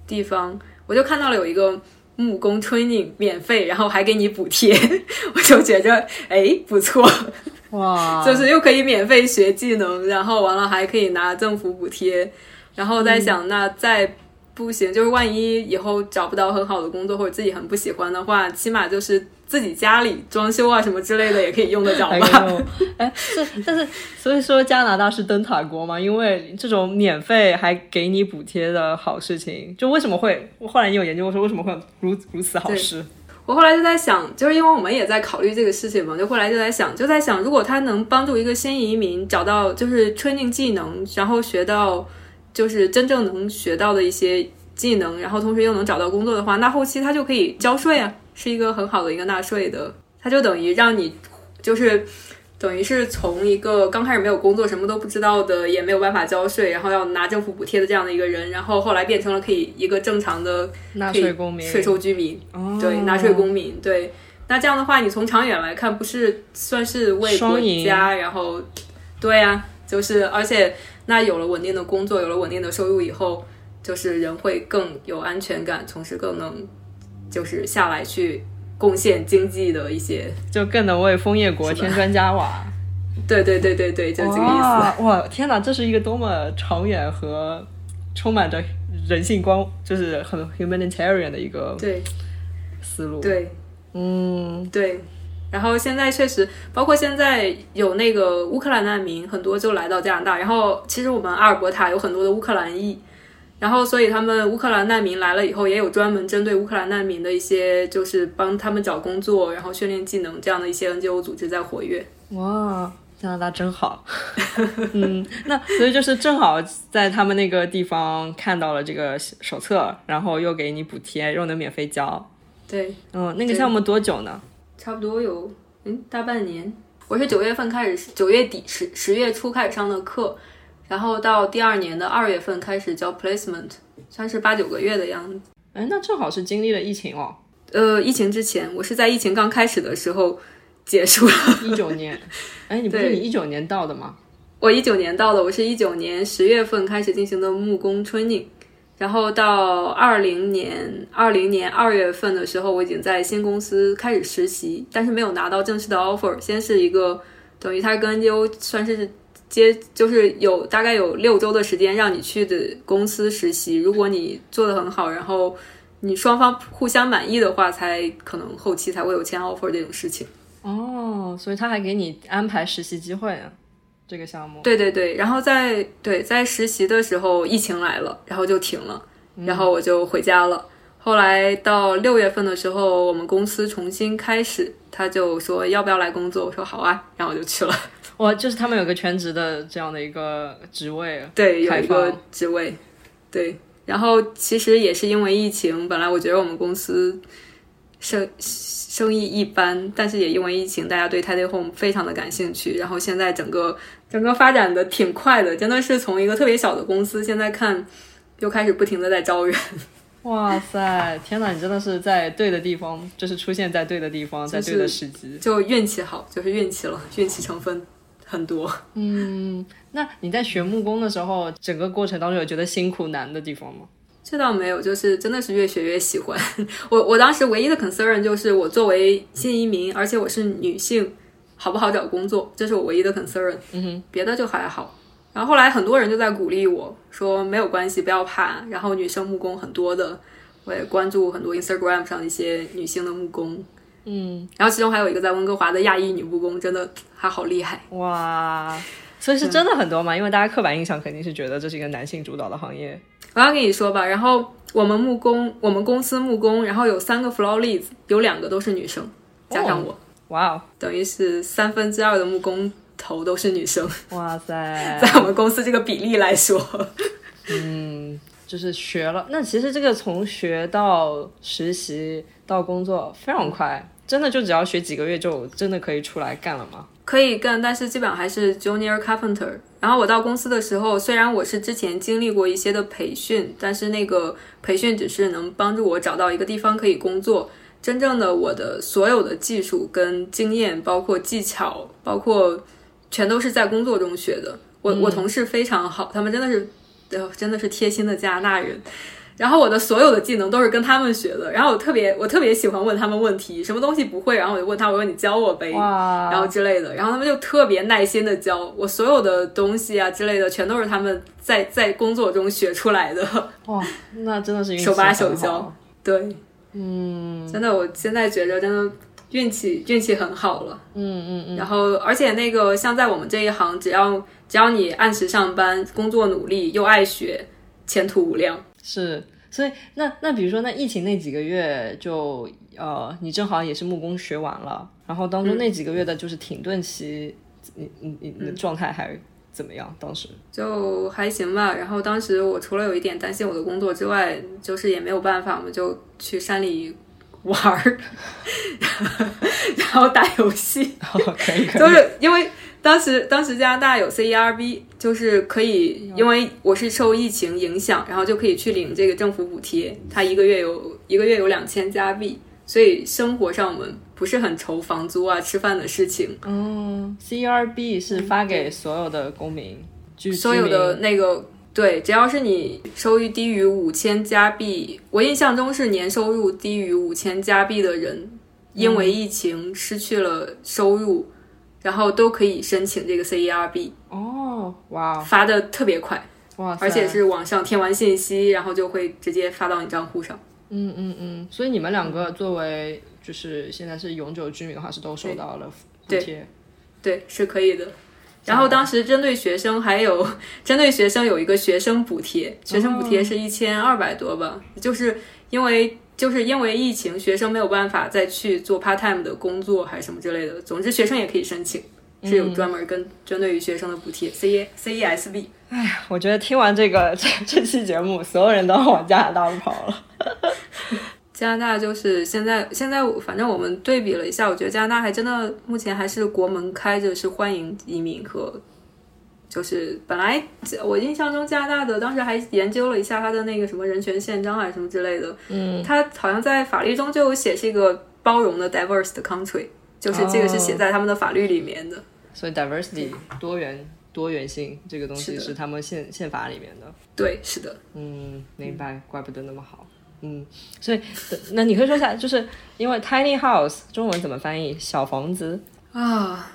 Speaker 2: 地方，我就看到了有一个木工 training 免费，然后还给你补贴， 我就觉着哎不错，
Speaker 1: 哇，
Speaker 2: 就是又可以免费学技能，然后完了还可以拿政府补贴，然后在想、那再不行，就是万一以后找不到很好的工作或者自己很不喜欢的话，起码就是自己家里装修啊什么之类的也可以用 得着
Speaker 1: 哎
Speaker 2: 吧。
Speaker 1: 呦，哎， 是，但是所以说加拿大是灯塔国嘛，因为这种免费还给你补贴的好事情，就为什么会？我后来也有研究过说为什么会有如如此好事？
Speaker 2: 我后来就在想，就是因为我们也在考虑这个事情嘛，就后来就在想，就在想，如果他能帮助一个新移民找到就是 training 技能，然后学到就是真正能学到的一些技能，然后同时又能找到工作的话，那后期他就可以交税啊，是一个很好的一个纳税的，他就等于让你就是。等于是从一个刚开始没有工作、什么都不知道的，也没有办法交税，然后要拿政府补贴的这样的一个人，然后后来变成了可以一个正常的
Speaker 1: 纳
Speaker 2: 可以
Speaker 1: 税公民，哦
Speaker 2: 税收居民，对，纳税公民，对。那这样的话，你从长远来看，不是算是为国
Speaker 1: 双赢
Speaker 2: 家，然后，对呀、就是而且那有了稳定的工作，有了稳定的收入以后，就是人会更有安全感，同时更能就是下来去贡献经济的一些，
Speaker 1: 就更能为枫叶国添砖加瓦。
Speaker 2: 对对对对对，就这个意思。
Speaker 1: 哇哇，天哪，这是一个多么长远和充满着人性光，就是很 humanitarian 的一个
Speaker 2: 对
Speaker 1: 思路。
Speaker 2: 对，
Speaker 1: 嗯，
Speaker 2: 对，然后现在确实，包括现在有那个乌克兰难民，很多就来到加拿大。然后其实我们阿尔伯塔有很多的乌克兰裔，然后所以他们乌克兰难民来了以后，也有专门针对乌克兰难民的一些，就是帮他们找工作，然后训练技能这样的一些 NGO 组织在活跃。
Speaker 1: 哇，加拿大真 好。嗯，那所以就是正好在他们那个地方看到了这个手册，然后又给你补贴，又能免费交。
Speaker 2: 对，
Speaker 1: 嗯，那个项目多久呢？
Speaker 2: 差不多有嗯大半年。我是九月份开始，九月底十十月初开始上的课，然后到第二年的二月份开始教 placement，算是八九个月的样子。
Speaker 1: 哎，那正好是经历了疫情 哦，
Speaker 2: 呃，疫情之前，我是在疫情刚开始的时候结束了。
Speaker 1: 一九年。哎，你不是
Speaker 2: 对
Speaker 1: 你一九年到的吗？
Speaker 2: 我一九年到的，我是一九年十月份开始进行的木工 training，然后到二零年二零年二月份的时候，我已经在新公司开始实习，但是没有拿到正式的 offer。先是一个等于他跟 NGO 算是接，就是有大概有六周的时间让你去的公司实习，如果你做的很好，然后你双方互相满意的话，才可能后期才会有签 offer 这种事情。
Speaker 1: 哦，所以他还给你安排实习机会啊，这个项目。
Speaker 2: 对对对，然后在对在实习的时候，疫情来了，然后就停了，然后我就回家了。后来到六月份的时候，我们公司重新开始，他就说要不要来工作，我说好啊，然后我就去了。
Speaker 1: 哇，就是他们有个全职的这样的一个职位，
Speaker 2: 对，有
Speaker 1: 开
Speaker 2: 一个
Speaker 1: 放
Speaker 2: 职位，对。然后其实也是因为疫情，本来我觉得我们公司生生意一般，但是也因为疫情，大家对 Tidy Home 非常的感兴趣。然后现在整个整个发展的挺快的，真的是从一个特别小的公司，现在看又开始不停的在招人。
Speaker 1: 哇塞，天哪，你真的是在对的地方，就是出现在对的地方，在对的时机。
Speaker 2: 就运气好，就是运气了，运气成分很多。
Speaker 1: 那你在学木工的时候，整个过程当中有觉得辛苦难的地方吗？
Speaker 2: 这倒没有，就是真的是越学越喜欢。我我当时唯一的 concern 就是我作为新移民，而且我是女性，好不好找工作，这是我唯一的 concern。嗯哼，别的就还好。然后后来很多人就在鼓励我说没有关系，不要怕。然后女生木工很多的，我也关注很多 Instagram 上的一些女性的木工。嗯，然后其中还有一个在温哥华的亚裔女木工，真的她好厉害。
Speaker 1: 哇，所以是真的很多嘛？因为大家刻板印象肯定是觉得这是一个男性主导的行业。
Speaker 2: 我要跟你说吧，然后我们木工，我们公司木工，然后有三个 floor leads，有两个都是女生，加上我，
Speaker 1: 哇哦，
Speaker 2: 等于是三分之二的木工头都是女生，
Speaker 1: 哇塞，
Speaker 2: 在我们公司这个比例来说，
Speaker 1: 就是学了。那其实这个从学到实习到工作非常快，真的就只要学几个月就真的可以出来干了吗？
Speaker 2: 可以干，但是基本上还是 junior carpenter。然后我到公司的时候，虽然我是之前经历过一些的培训，但是那个培训只是能帮助我找到一个地方可以工作。真正的我的所有的技术跟经验，包括技巧，包括全都是在工作中学的。我我同事非常好，他们真的是，呃真的是贴心的加拿大人。然后我的所有的技能都是跟他们学的。然后我特别我特别喜欢问他们问题，什么东西不会，然后我就问他，我说你教我呗，
Speaker 1: 哇，
Speaker 2: 然后之类的。然后他们就特别耐心的教我所有的东西啊之类的，全都是他们在 在工作中学出来的。
Speaker 1: 哇，那真的是运气
Speaker 2: 手把
Speaker 1: 很
Speaker 2: 手
Speaker 1: 好
Speaker 2: 教。对，嗯，真的，我现在觉着真的运气运气很好了。
Speaker 3: 嗯嗯嗯，
Speaker 2: 然后，而且那个像在我们这一行，只要只要你按时上班，工作努力又爱学，前途无量。
Speaker 1: 是，所以那那比如说，那疫情那几个月就呃，你正好也是木工学完了，然后
Speaker 2: 嗯
Speaker 1: 当中那几个月的就是停顿期，你你你你的状态还怎么样？ 当时
Speaker 2: 就还行吧。然后当时我除了有一点担心我的工作之外，就是也没有办法，我们就去山里玩儿， 然后打游戏。
Speaker 1: 可以可
Speaker 2: 就
Speaker 1: 以，
Speaker 2: 是 因为当时当时加拿大有 CERB，就是可以，因为我是受疫情影响，然后就可以去领这个政府补贴，它一个月有一个月有两千加币，所以生活上我们不是很愁房租啊、吃饭的事情，
Speaker 1: 嗯，CRB 是发给所有的公民，居
Speaker 2: 嗯所有的那个。对，只要是你收入低于五千加币，我印象中是年收入低于五千加币的人，因为疫情失去了收入，然后都可以申请这个 CERB，
Speaker 1: 居民哦，哇
Speaker 2: 发的特别快。
Speaker 1: 哇塞，
Speaker 2: 而且是网上填完信息，然后就会直接发到你账户上。
Speaker 1: 嗯嗯嗯，所以你们两个作为就是现在是永久居民的话，是都收到了补贴，
Speaker 2: 对，是可以的。然后当时针对学生还有 针对学生有一个学生补贴，学生补贴是一千二百多吧，就是因为就是因为疫情，学生没有办法再去做 part time 的工作还是什么之类的。总之，学生也可以申请，是有专门跟针对于学生的补贴，C E C E S B。
Speaker 1: 我觉得听完这个 这这期节目，所有人都往加拿大跑了。
Speaker 2: 加拿大就是现在，现在我反正我们对比了一下，我觉得加拿大还真的目前还是国门开着，是欢迎移民和，就是本来我印象中加拿大的当时还研究了一下他的那个什么人权宪章还是什么之类的，嗯，他好像在法律中就有写是一个包容的 diverse 的 country，就是这个是
Speaker 1: 哦
Speaker 2: 写在他们的法律里面的，
Speaker 1: 所以 diversity 多元多元性这个东西
Speaker 2: 是的
Speaker 1: 是他们宪宪法里面的。
Speaker 2: 对，是的，
Speaker 1: 嗯，明白，怪不得那么好。嗯，所以那你可以说一下，就是因为 tiny house 中文怎么翻译？小房子。
Speaker 2: 啊。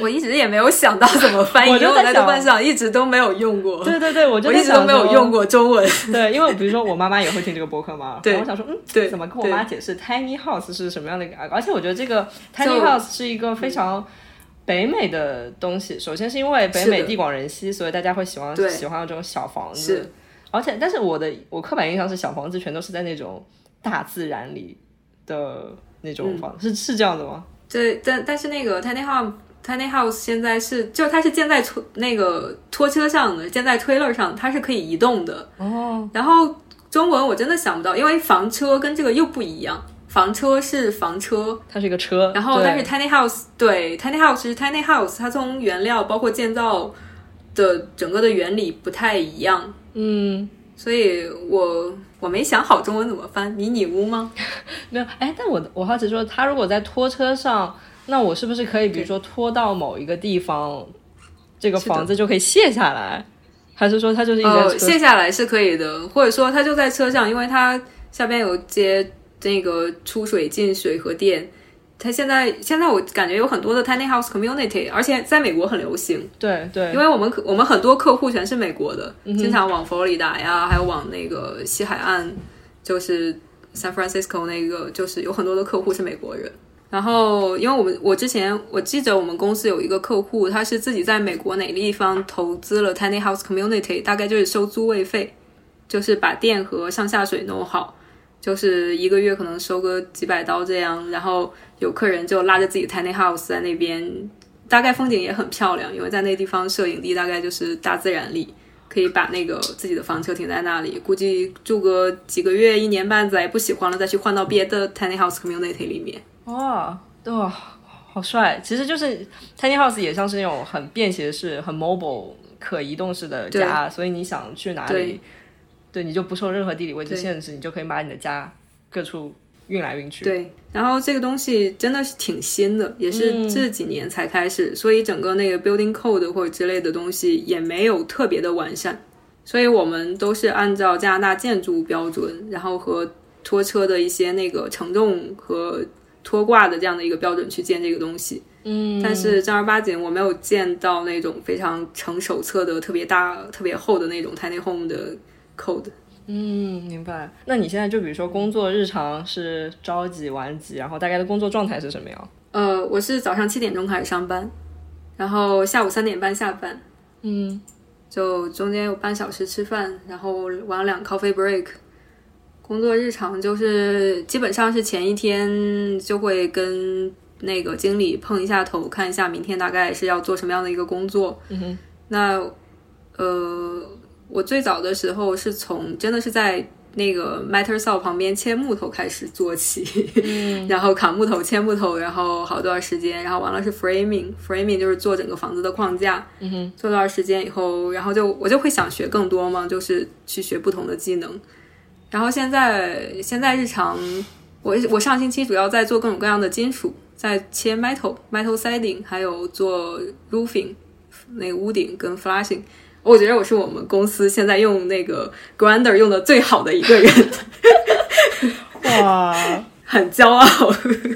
Speaker 2: 我一直也没有想到怎么翻译，
Speaker 1: 我就
Speaker 2: 因为
Speaker 1: 在
Speaker 2: 在
Speaker 1: 想
Speaker 2: 豆瓣上一直都没有用过，
Speaker 1: 对对对，我就
Speaker 2: 我
Speaker 1: 在
Speaker 2: 一直都
Speaker 1: 想
Speaker 2: 没有
Speaker 1: 说
Speaker 2: 用。过中文。
Speaker 1: 对，因为比如说我妈妈也会听这个播客嘛，
Speaker 2: 对
Speaker 1: 然后我想说，嗯，
Speaker 2: 对
Speaker 1: 怎么跟我妈解释 tiny house 是什么样的一个？而且我觉得这个 tiny
Speaker 2: 就
Speaker 1: house 是一个非常北美的东西。首先是因为北
Speaker 2: 是的
Speaker 1: 美地广人稀，所以大家会喜欢
Speaker 2: 对
Speaker 1: 喜欢这种小房子
Speaker 2: 是。
Speaker 1: 而且，但是我的我刻板印象是小房子全都是在那种大自然里的那
Speaker 2: 嗯
Speaker 1: 种房，是是这样的吗？
Speaker 2: 对，但但是那个 tiny house tiny house 现在是，就它是建在拖那个拖车上的，建在 trailer 上，它是可以移动的。
Speaker 1: 哦，
Speaker 2: 然后中文我真的想不到，因为房车跟这个又不一样，房车是房车，
Speaker 1: 它是一个车，
Speaker 2: 然后
Speaker 1: 对
Speaker 2: 但是 tiny house 对 tiny house 是 tiny house，它从原料包括建造的整个的原理不太一样，
Speaker 1: 嗯，
Speaker 2: 所以我我没想好中文怎么翻，迷你屋吗？
Speaker 1: 没有，哎，但我我好奇说，他如果在拖车上，那我是不是可以，比如说拖到某一个地方，这个
Speaker 2: 是的
Speaker 1: 房子就可以卸下来？还是说它就是一直在
Speaker 2: 哦，
Speaker 1: 车上？
Speaker 2: 卸下来是可以的，或者说它就在车上，因为它下边有接那个出水、进水和电。它现在现在我感觉有很多的 tiny house community，而且在美国很流行，
Speaker 1: 对对
Speaker 2: 因，为我们我们很多客户全是美国的，经常往佛罗里达呀，还有往那个西海岸，就是 San Francisco 那个，就是有很多的客户是美国人。然后，因为我们我之前我记得我们公司有一个客户，他是自己在美国哪个地方投资了 tiny house community，大概就是收租位费，就是把电和上下水弄好，就是一个月可能收个几百刀这样。然后有客人就拉着自己 tiny house 在那边大概风景也很漂亮，因为在那地方摄影地大概就是大自然里，可以把那个自己的房车停在那里，估计住个几个月、一年半载，不喜欢了再去换到别的 tiny house community 里面。
Speaker 1: 哇，对、哦，好帅！其实就是 tiny house 也像是那种很便携式、很 mobile、可移动式的家，所以你想去哪里，对你就不受任何地理位置限制，你就可以把你的家各处运来运去。
Speaker 2: 对，然后这个东西真的是挺新的，也
Speaker 1: 嗯
Speaker 2: 是这几年才开始，所以整个那个 building code 或者之类的东西也没有特别的完善，所以我们都是按照加拿大建筑标准，然后和拖车的一些那个承重和拖挂的这样的一个标准去建这个东西。嗯，但是正儿八经我没有见到那种非常成手册的、特别大、特别厚的那种 tiny home 的 code。
Speaker 1: 嗯，明白。那你现在就比如说工作日常是朝几晚几，然后大概的工作状态是什么样？
Speaker 2: 呃，我是早上七点钟开始上班，然后下午三点半下班，
Speaker 1: 嗯，
Speaker 2: 就中间有半小时吃饭，然后晚两 coffee break。工作日常就是基本上是前一天就会跟那个经理碰一下头，看一下明天大概是要做什么样的一个工作。
Speaker 1: 嗯哼，
Speaker 2: 那呃，我最早的时候是从真的是在那个 Mattersaw 旁边切木头开始做起，
Speaker 1: 嗯
Speaker 2: 然后砍木头、切木头，然后好多段时间，然后完了是 framing，framing 就是做整个房子的框架。
Speaker 1: 嗯哼，
Speaker 2: 做段时间以后，然后就我就会想学更多嘛，就是去学不同的技能。然后现在现在日常，我我上星期主要在做各种各样的金属，在切 metal、metal siding，还有做 roofing 那个屋顶跟 flashing。我觉得我是我们公司现在用那个 grinder 用的最好的一个人，
Speaker 1: 哇
Speaker 2: 很骄傲，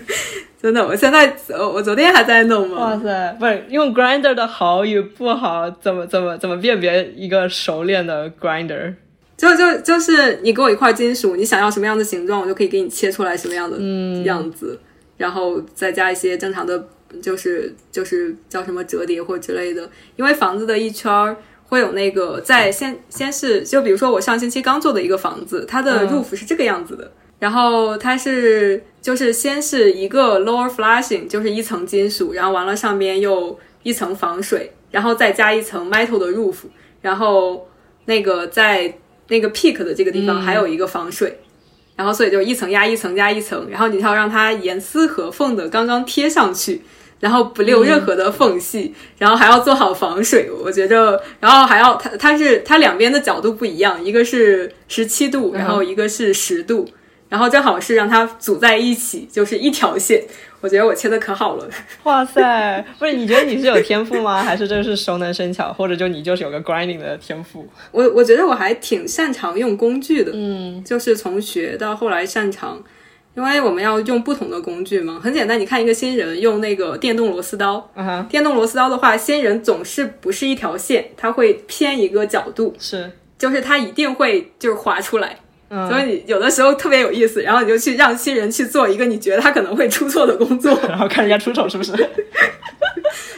Speaker 2: 真的。我现在呃我昨天还在弄嘛，
Speaker 1: 哇塞，不是用 grinder 的好与不好，怎么怎么怎么辨别一个熟练的 grinder？
Speaker 2: 就就就是你给我一块金属，你想要什么样的形状，我就可以给你切出来什么样的样子，然后再加一些正常的，就是就是叫什么折叠或之类的。因为房子的一圈儿会有那个在先先是就比如说我上星期刚做的一个房子，它的 roof 是这个样子的，然后它是就是先是一个 lower flashing，就是一层金属，然后完了上面又一层防水，然后再加一层 metal 的 roof，然后那个在那个 peak 的这个地方还有一个防水，然后所以就一层压一层压一层，然后你要让它严丝合缝的刚刚贴上去，然后不留任何的缝隙，然后还要做好防水。我觉着，然后还要它它是它两边的角度不一样，一个是十七度，然后一个是十度，然后正好是让它组在一起，就是一条线。我觉得我切的可好了，
Speaker 1: 哇塞， 不是你觉得你是有天赋吗？还是这是熟能生巧，或者就你就是有个 grinding 的天赋？
Speaker 2: 我我觉得我还挺擅长用工具的，
Speaker 1: 嗯，
Speaker 2: 就是从学到后来擅长，因为我们要用不同的工具嘛。很简单，你看一个新人用那个电动螺丝刀，
Speaker 1: 啊哈，
Speaker 2: 电动螺丝刀的话，新人总是不是一条线，它会偏一个角度，
Speaker 1: 是，
Speaker 2: 就是它一定会就是划出来。
Speaker 1: 嗯
Speaker 2: 所以你有的时候特别有意思，然后你就去让新人去做一个你觉得他可能会出错的工作，
Speaker 1: 然后看人家出丑是不是？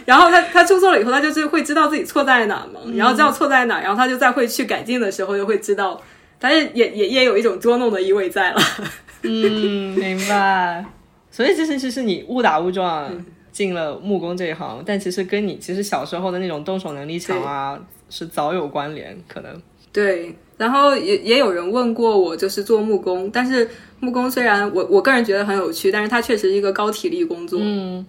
Speaker 2: 然后他他出错了以后，他就是会知道自己错在哪嘛，然后知道错在哪，然后他就再会去改进的时候就会知道，但是也也也有一种捉弄的意味在了。
Speaker 1: 嗯，明白。所以其实其实你误打误撞进了木工这一行，但其实跟你其实小时候的那种动手能力强啊，是早有关联，可能。
Speaker 2: 对，然后也也有人问过我，就是做木工，但是木工虽然我我个人觉得很有趣，但是它确实是一个高体力工作，
Speaker 1: 嗯，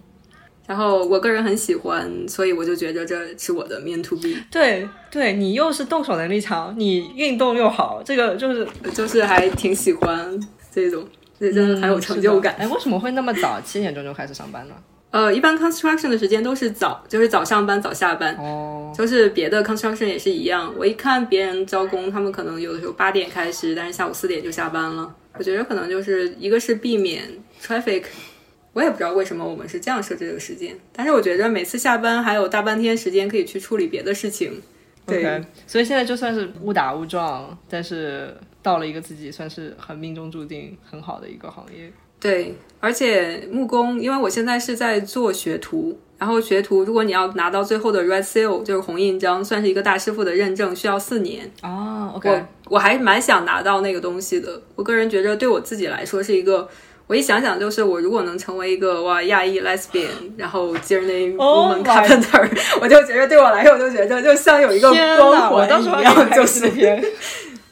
Speaker 2: 然后我个人很喜欢，所以我就觉着这是我的 mean to be，
Speaker 1: 对对，你又是动手能力强，你运动又好，这个就是
Speaker 2: 就是还挺喜欢这种，这真的很有成就感。
Speaker 1: 哎，为什么会那么早七点钟就开始上班呢？
Speaker 2: 呃，一般 construction 的时间都是早，就是早上班早下班，
Speaker 1: 哦，
Speaker 2: 就是别的 construction 也是一样。我一看别人招工，他们可能有的时候八点开始，但是下午四点就下班了。我觉得可能就是一个是避免 traffic，我 也不知道为什么我们是这样设置这个时间，但是我觉得每次下班还有大半天时间可以去处理别的事情。对
Speaker 1: OK，所以现在就算是误打误撞，但是到了一个自己算是很命中注定很好的一个行业。
Speaker 2: 对，而且木工，因为我现在是在做学徒，然后学徒如果你要拿到最后的 red seal，就是红印章，算是一个大师傅的认证，需要四年。
Speaker 1: 哦
Speaker 2: 我我还蛮想拿到那个东西的。我个人觉着，对我自己来说是一个，我一想想就是，我如果能成为一个哇亚裔 lesbian，然后 journey
Speaker 1: Oh
Speaker 2: woman
Speaker 1: my-
Speaker 2: carpenter，、我就觉着对我来说，我就觉着就像有一个
Speaker 1: 天
Speaker 2: 光
Speaker 1: 哪！我
Speaker 2: 环
Speaker 1: 到时候
Speaker 2: 一
Speaker 1: 要
Speaker 2: 样，
Speaker 1: 看
Speaker 2: 就
Speaker 1: 纪录
Speaker 2: 是
Speaker 1: 片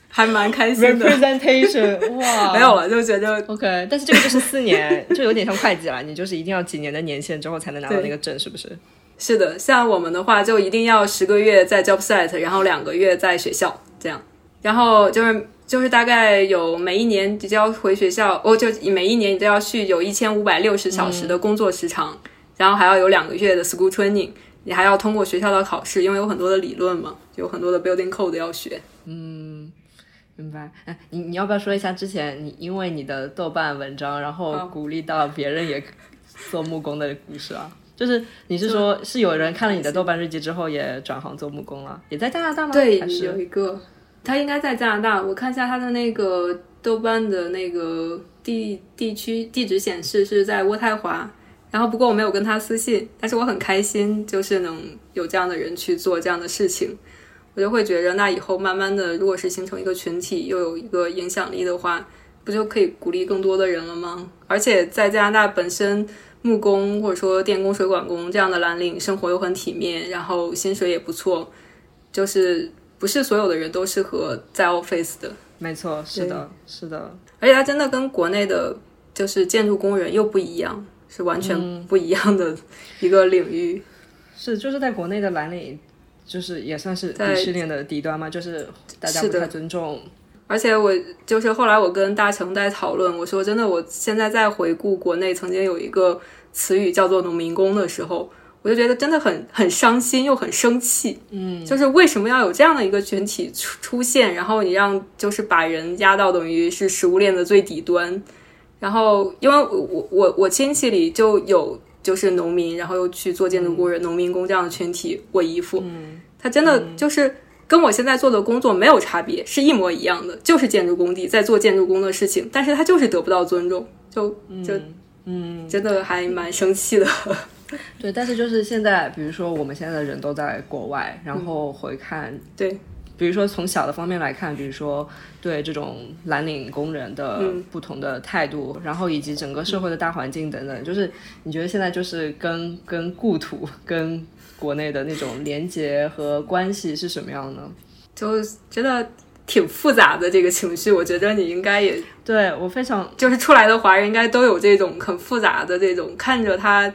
Speaker 2: 还蛮开心的。
Speaker 1: representation，哇，
Speaker 2: 没有。了，就觉着
Speaker 1: OK，但是这个就是四年，就有点像会计了，你就是一定要几年的年限之后才能拿到那个证，是不是？
Speaker 2: 是的。像我们的话，就一定要十个月在 job site，然后两个月在学校这样。然后就是就是大概有每一年你就要回学校，哦，就每一年你都要去有一千五百六十小时的工作时长，然后还要有两个月的 school training，你还要通过学校的考试，因为有很多的理论嘛，有很多的 building code 要学。
Speaker 1: 明白，哎，你你要不要说一下之前你因为你的豆瓣文章，然
Speaker 2: 嗯
Speaker 1: 后鼓励到别人也做木工的故事啊？就是你是说，是有人看了你的豆瓣日记之后也转行做木工了，也在加拿大吗？
Speaker 2: 对
Speaker 1: 还，
Speaker 2: 有
Speaker 1: 是
Speaker 2: 一个，他应该在加拿大。我看一下他的那个豆瓣的那个地地区地址显示是在渥太华。然后，不过我没有跟他私信，但是我很开心，就是能有这样的人去做这样的事情，我就会觉着那以后慢慢的，如果是形成一个群体，又有一个影响力的话，不就可以鼓励更多的人了吗？而且在加拿大本身，木工或者说电工、水管工这样的蓝领生活又很体面，然后薪水也不错，就是不是所有的人都适合在 office 的，
Speaker 1: 没错，是的，是的，
Speaker 2: 而且它真的跟国内的，就是建筑工人又不一样，是完全不一样的一个领域。
Speaker 1: 是就是在国内的蓝领，就是也算是鄙
Speaker 2: 在
Speaker 1: 视链的底端嘛，就是大家
Speaker 2: 是
Speaker 1: 不
Speaker 2: 的
Speaker 1: 太尊重，
Speaker 2: 而且我就是后来我跟大成在讨论，我说真的，我现在在回顾国内曾经有一个词语叫做农民工的时候，我就觉得真的很很伤心又很生气。嗯，就是为什么要有这样的一个群体出出现，然后你让就是把人压到等于是食物链的最底端，然后因为我我我我亲戚里就有就是农民，然后又去做建筑工人、农民工这样的群体，我姨父，他真的就是。跟我现在做的工作没有差别，是一模一样的，就是建筑工地在做建筑工的事情，但是他就是得不到尊重，就就嗯，真的还蛮生气的。
Speaker 1: 对，但是就是现在，比如说我们现在的人都在国外，然后回看，
Speaker 2: 对，
Speaker 1: 比如说从小的方面来看，比如说对这种蓝领工人的不同的态度，然后以及整个社会的大环境等等，就是你觉得现在就是跟跟故土、跟国内的那种连结和关系是什么样呢？
Speaker 2: 就真的挺复杂的这个情绪，我觉得你应该也
Speaker 1: 对我非常
Speaker 2: 就是出来的华人应该都有这种很复杂的这种，看着他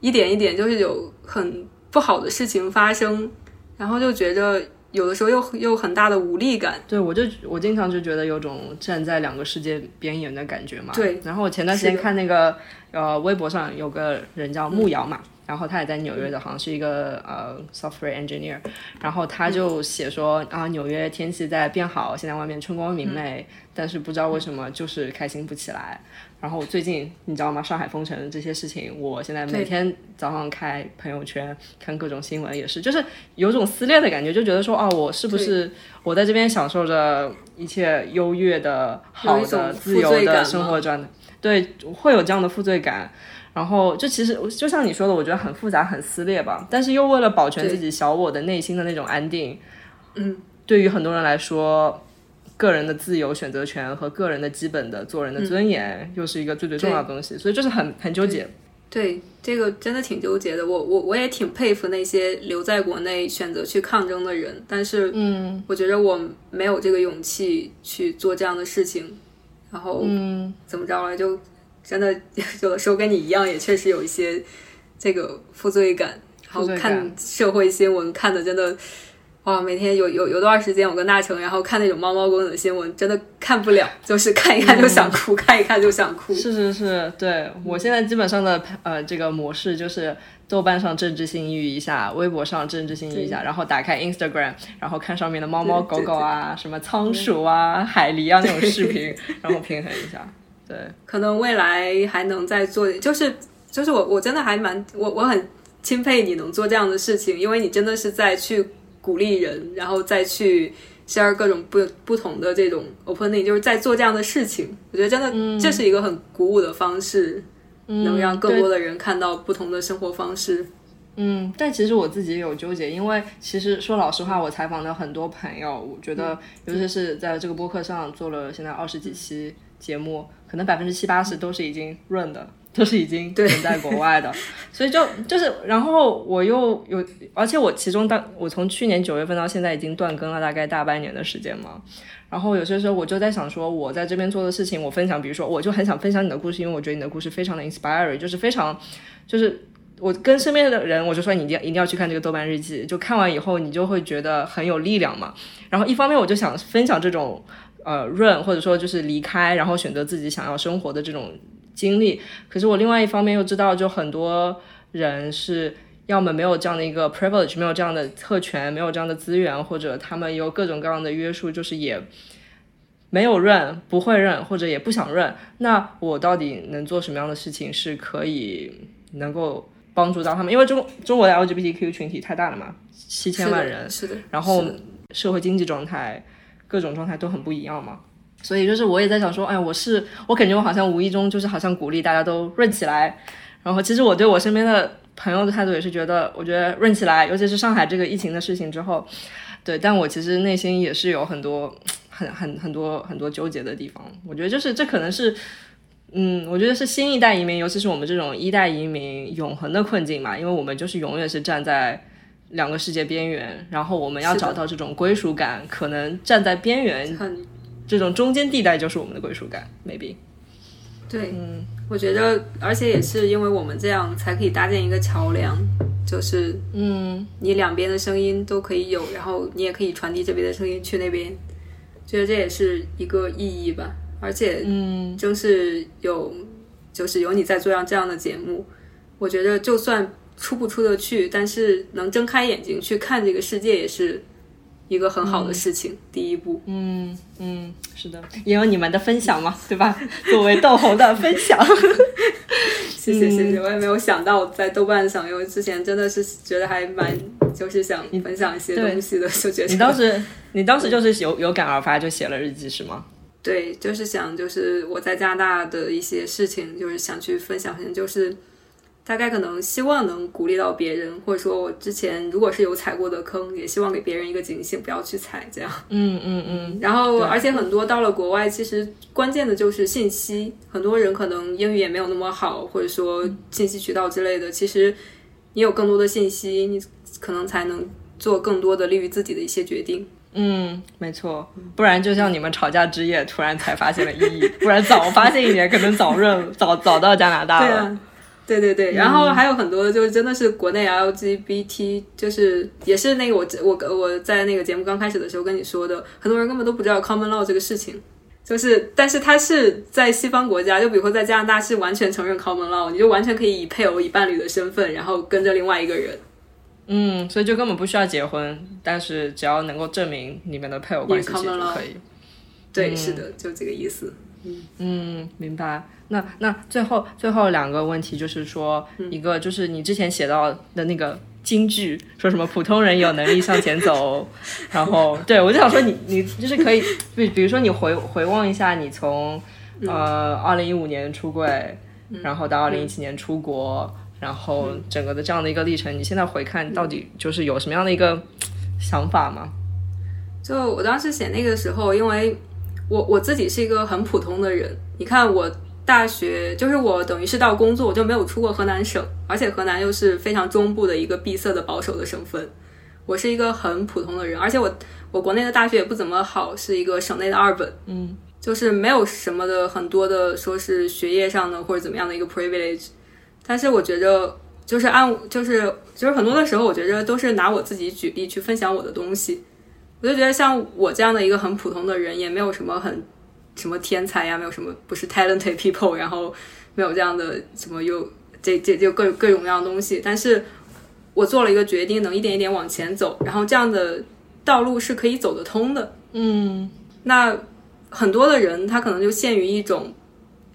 Speaker 2: 一点一点就是有很不好的事情发生，然后就觉着有的时候又又很大的无力感。
Speaker 1: 对，我就我经常就觉得有种站在两个世界边缘的感觉嘛。
Speaker 2: 对。
Speaker 1: 然后我前段时间
Speaker 2: 是的
Speaker 1: 看那个呃微博上有个人叫木瑶嘛，然后他也在纽
Speaker 2: 嗯
Speaker 1: 约的，好像是一个呃 software engineer，然后他
Speaker 2: 嗯
Speaker 1: 就写说、啊纽约天气在变好，现在外面春光明媚，
Speaker 2: 嗯
Speaker 1: 但是不知道为什么就是开心不起来。然后最近你知道吗？上海封城这些事情，我现在每天早上开朋友圈看各种新闻，也是就是有种撕裂的感觉，就觉得说哦，我是不是我在这边享受着一切优越的、好
Speaker 2: 有一
Speaker 1: 的、
Speaker 2: 种
Speaker 1: 自由
Speaker 2: 负罪感
Speaker 1: 的
Speaker 2: 吗
Speaker 1: 生活状态？对，会有这样的负罪感。然后就其实就像你说的，我觉得很复杂、很撕裂吧。但是又为了保全
Speaker 2: 对
Speaker 1: 自己小我的内心的那种安定，嗯，对于很多人来说，个人的自由选择权和个人的基本的做人的尊严，
Speaker 2: 嗯
Speaker 1: 又是一个最最重要的东西。所以就是很很纠结。
Speaker 2: 对，这个真的挺纠结的。我我我也挺佩服那些留在国内选择去抗争的人，但是，嗯，我觉得我没有这个勇气去做这样的事情。然后，嗯，怎么着来就真的 有的时候跟你一样，也确实有一些这个负罪感。然
Speaker 1: 负
Speaker 2: 后
Speaker 1: 罪感
Speaker 2: 看社会新闻看的真的，哇，每天有有有段时间我跟大成，然后看那种猫猫狗狗的新闻，真的看不了，就是看一看就想
Speaker 1: 嗯
Speaker 2: 哭，看一看就想哭。
Speaker 1: 是是是，对我现在基本上的呃这个模式就是豆瓣上政治性抑郁一下，微博上政治性抑郁一下，然后打开 Instagram，然后看上面的猫猫狗
Speaker 2: 对对
Speaker 1: 狗啊，什么仓鼠啊、海狸啊那种视频，然后平衡一下。对，
Speaker 2: 可能未来还能再做，就是就是我我真的还蛮我我很钦佩你能做这样的事情，因为你真的是在去鼓励人，然后再去 share 各种不不同的这种 opening，就是在做这样的事情。我觉得真的、
Speaker 1: 嗯
Speaker 2: 这是一个很鼓舞的方式，能让更多的人看到不同的生活方式。
Speaker 1: 嗯，但其实我自己也有纠结，因为其实说老实话，我采访的很多朋友，我觉得尤其是在这个播客上做了现在二十几期节目，可能百分之七八十都是已经润的，都是已经人在国外的，所以就就是，然后我又有，而且我其中当我从去年九月份到现在已经断更了大概大半年的时间嘛，然后有些时候我就在想说，我在这边做的事情，我分享，比如说我就很想分享你的故事，因为我觉得你的故事非常的 inspiring，就是非常就是。我跟身边的人，我就说你一定一定要去看这个豆瓣日记，就看完以后你就会觉得很有力量嘛。然后一方面我就想分享这种呃润，或者说就是离开，然后选择自己想要生活的这种经历。可是我另外一方面又知道，就很多人是要么没有这样的一个 privilege，没有这样的特权，没有这样的资源，或者他们有各种各样的约束，就是也没有认，不会认，或者也不想认。那我到底能做什么样的事情是可以能够帮助到他们？因为中中国的 LGBTQ 群体太大了嘛，七千万人，
Speaker 2: 是的，
Speaker 1: 然后
Speaker 2: 是的
Speaker 1: 社会经济状态、各种状态都很不一样嘛。所以就是我也在想说，哎，我是我感觉我好像无意中就是好像鼓励大家都润起来。然后其实我对我身边的朋友的态度也是觉得，我觉得润起来，尤其是上海这个疫情的事情之后，对，但我其实内心也是有很多、很、很、很多、很多纠结的地方。我觉得就是这可能是。嗯，我觉得是新一代移民，尤其是我们这种一代移民永恒的困境嘛，因为我们就是永远是站在两个世界边缘，然后我们要
Speaker 2: 是的
Speaker 1: 找到这种归属感，可能站在边缘
Speaker 2: 很
Speaker 1: 这种中间地带就是我们的归属感，maybe。
Speaker 2: 对，我觉得，而且也是因为我们这样才可以搭建一个桥梁，就是
Speaker 1: 嗯，
Speaker 2: 你两边的声音都可以有，然后你也可以传递这边的声音去那边，觉得这也是一个意义吧。而且，嗯，正是有，就是有你在做这样的节目，我觉得就算出不出得去，但是能睁开眼睛去看这个世界，也是一个很好的事情。第一步，
Speaker 1: 嗯是的，也有你们的分享 嘛，对吧？作为豆红的分享，
Speaker 2: 谢谢谢
Speaker 1: 嗯
Speaker 2: 谢，我也没有想到在豆瓣上，因为之前真的是觉得还蛮，就是想分享一些
Speaker 1: 嗯对
Speaker 2: 东西的，就觉得
Speaker 1: 你当 时你当时就是有有感而发就写了日记是吗？
Speaker 2: 对，就是想就是我在加拿大的一些事情，就是想去分享，分享就是大概可能希望能鼓励到别人，或者说我之前如果是有踩过的坑，也希望给别人一个警醒，不要去踩这样。
Speaker 1: 嗯嗯嗯，
Speaker 2: 然后，而且很多到了国外，其实关键的就是信息，很多人可能英语也没有那么好，或者说信息渠道之类的，其实你有更多的信息，你可能才能做更多的利于自己的一些决定。
Speaker 1: 嗯，没错，不然就像你们吵架之夜，突然才发现了意义， 不然早发现一点，可能早认 早早到加拿大
Speaker 2: 对
Speaker 1: 了。
Speaker 2: 啊，对对对，然后还有很多就是真的是国内 LGBT，就是也是那个我我我在那个节目刚开始的时候跟你说的，很多人根本都不知道 common law 这个事情。就是，但是它是在西方国家，就比如说在加拿大是完全承认 common law，你就完全可以以配偶、以伴侣的身份，然后跟着另外一个人，
Speaker 1: 嗯，所以就根本不需要结婚，但是只要能够证明你们的配偶关系其实
Speaker 2: common
Speaker 1: 就
Speaker 2: law
Speaker 1: 可以。
Speaker 2: 对，是的，就这个意思。
Speaker 1: 嗯，明白。那那最后最后两个问题就是说，一个就是你之前写到的那个金句，说什么普通人有能力向前 走，然后对我就想说你你就是可以，比比如说你回回望一下你从呃二零一五年出柜，然后到二零一七年出国，然后整个的这样的一个历程，你现在回看到底就是有什么样的一个想法吗？
Speaker 2: 就我当时写那个时候，因为我我自己是一个很普通的人，你看我大学就是我等于是到工作，我就没有出过河南省，而且河南又是非常中部的一个闭塞的保守的省份，我是一个很普通的人，而且我我国内的大学也不怎么好，是一个省内的二本，嗯，就是没有什么的很多的说是学业上的或者怎么样的一个 privilege，但是我觉着。就是按就是就是很多的时候，我觉着都是拿我自己举例去分享我的东西，我就觉得像我这样的一个很普通的人，也没有什么很什么天才呀、没有什么不是 talented people，然后没有这样的什么又这这就各各种各样的东西。但是我做了一个决定，能一点一点往前走，然后这样的道路是可以走得通的。
Speaker 1: 嗯
Speaker 2: 那很多的人他可能就陷于一种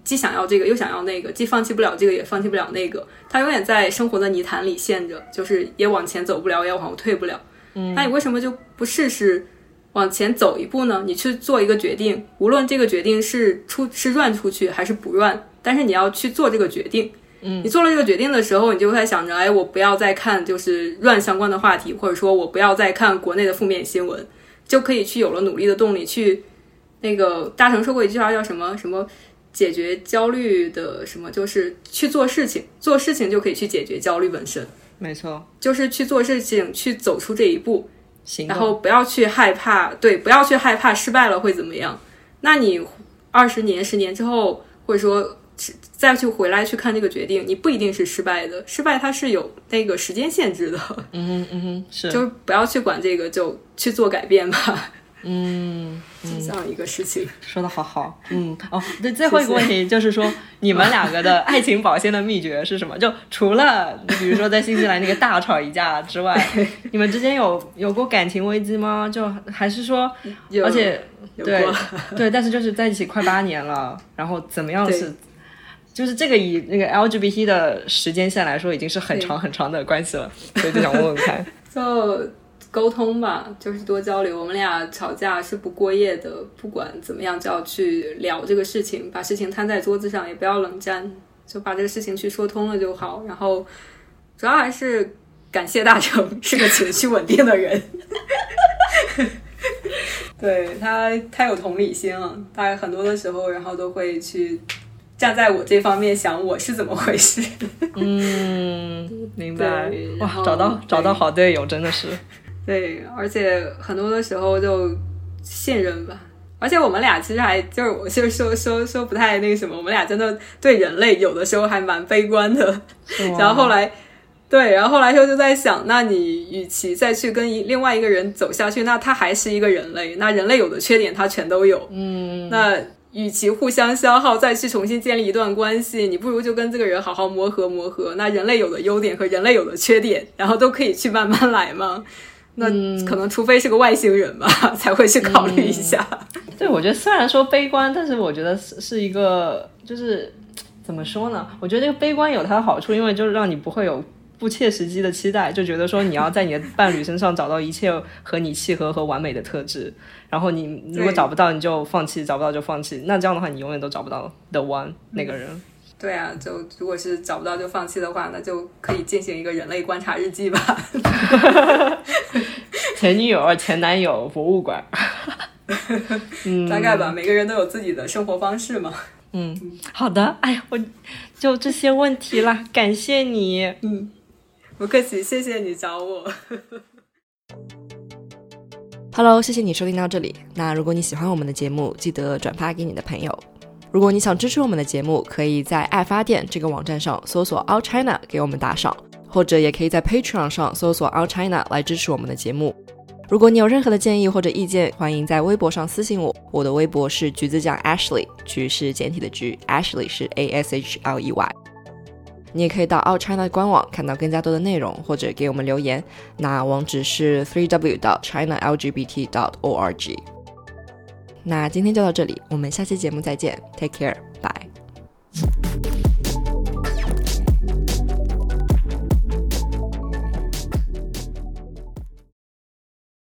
Speaker 2: 既想要这个又想要那个，既放弃不了这个也放弃不了那个，他永远在生活的泥潭里陷着，就是也往前走不了，也往后退不了。嗯，那你为什么就不试试往前走一步呢？你去做一个决定，无论这个决定是出是 run 出去还是不 run，但是你要去做这个决定。嗯，你做了这个决定的时候，你就会想着，哎，我不要再看就是 run 相关的话题，或者说我不要再看国内的负面新闻，就可以去有了努力的动力去。那个大成说过一句话，叫什么什么解决焦虑的什么，就是去做事情，做事情就可以去解决焦虑本身，
Speaker 1: 没错，
Speaker 2: 就是去做事情，去走出这一步，
Speaker 1: 行动。
Speaker 2: 然后不要去害怕，对，不要去害怕失败了会怎么样。那你二十年、十年之后，或者说是再去回来去看这个决定，你不一定是失败的，失败它是有那个时间限制的，
Speaker 1: 嗯哼嗯哼，是
Speaker 2: 就是不要去管这个，就去做改变吧。
Speaker 1: 嗯，
Speaker 2: 就这样一个事情。
Speaker 1: 说的好好，嗯，哦，对，最后一个问题就是说，你们两个的爱情保鲜的秘诀是 什么？就除了比如说在新西兰那个大吵一架之 外，你们之间有有过感情危机吗？就还是说，
Speaker 2: 有
Speaker 1: 而且
Speaker 2: 有
Speaker 1: 对
Speaker 2: 过
Speaker 1: 对，但是就是在一起快八年了，然后怎么样
Speaker 2: 对
Speaker 1: 是？就是这个以那个 LGBT 的时间线来说，已经是很
Speaker 2: 对
Speaker 1: 长很长的关系了，所以就想问问看。
Speaker 2: 就沟通吧，就是多交流。我们俩吵架是不过夜的，不管怎么样就要去聊这个事情，把事情摊在桌子上，也不要冷战，就把这个事情去说通了就好。然后主要还是感谢大成是个情绪稳定的人。 对他，他有同理心啊，他很多的时候，然后都会去站在我这方面想我是怎么回事。
Speaker 1: 嗯，明白
Speaker 2: 对。然
Speaker 1: 哇，
Speaker 2: 后
Speaker 1: 找到找到
Speaker 2: 对
Speaker 1: 好队友真的是，
Speaker 2: 对，而且很多的时候就信任吧。而且我们俩其实还就是我就是说说说不太那个什么，我们俩真的对人类有的时候还蛮悲观的。 然后后来，对，然后后来就就在想，那你与其再去跟一另外一个人走下去，那他还是一个人类，那人类有的缺点他全都有，嗯，那与其互相消耗，再去重新建立一段关系，你不如就跟这个人好好磨合磨合。那人类有的优点和人类有的缺点，然后都可以去慢慢来嘛。那可能除非是个外星人吧， 才会去考虑一下。
Speaker 1: 对，我觉得虽然说悲观，但是我觉得是是一个，就是怎么说呢？我觉得这个悲观有它的好处，因为就是让你不会有不切实际的期待，就觉得说你要在你的伴侣身上找到一切和你契合和完美的特质，然后你如果
Speaker 2: 对
Speaker 1: 找不到你就放弃，找不到就放弃，那这样的话你永远都找不到 the one 那个人。
Speaker 2: 对啊，就如果是找不到就放弃的话，那就可以进行一个人类观察日记吧。
Speaker 1: 前女友、呃前男友、博物馆，
Speaker 2: 大概吧，每个人都有自己的生活方式嘛。
Speaker 1: 好的，哎呀，我就这些问题啦，感谢你。
Speaker 2: 不客气，谢谢你找我。
Speaker 3: Hello，谢谢你收听到这里。那如果你喜欢我们的节目，记得转发给你的朋友。如果你想支持我们的节目，可以在爱发电这个网站上搜索 All China 给我们打赏，或者也可以在 Patreon 上搜索 All China 来支持我们的节目。如果你有任何的建议或者意见，欢迎在微博上私信我。我的微博是橘子酱 Ashley，橘是简体的橘，Ashley 是 A S H L E Y。你也可以到 All China 官网看到更加多的内容，或者给我们留言。那网址是 three w dot china lgbt dot org。那今天就到这里，我们下期节目再见，Take care，bye。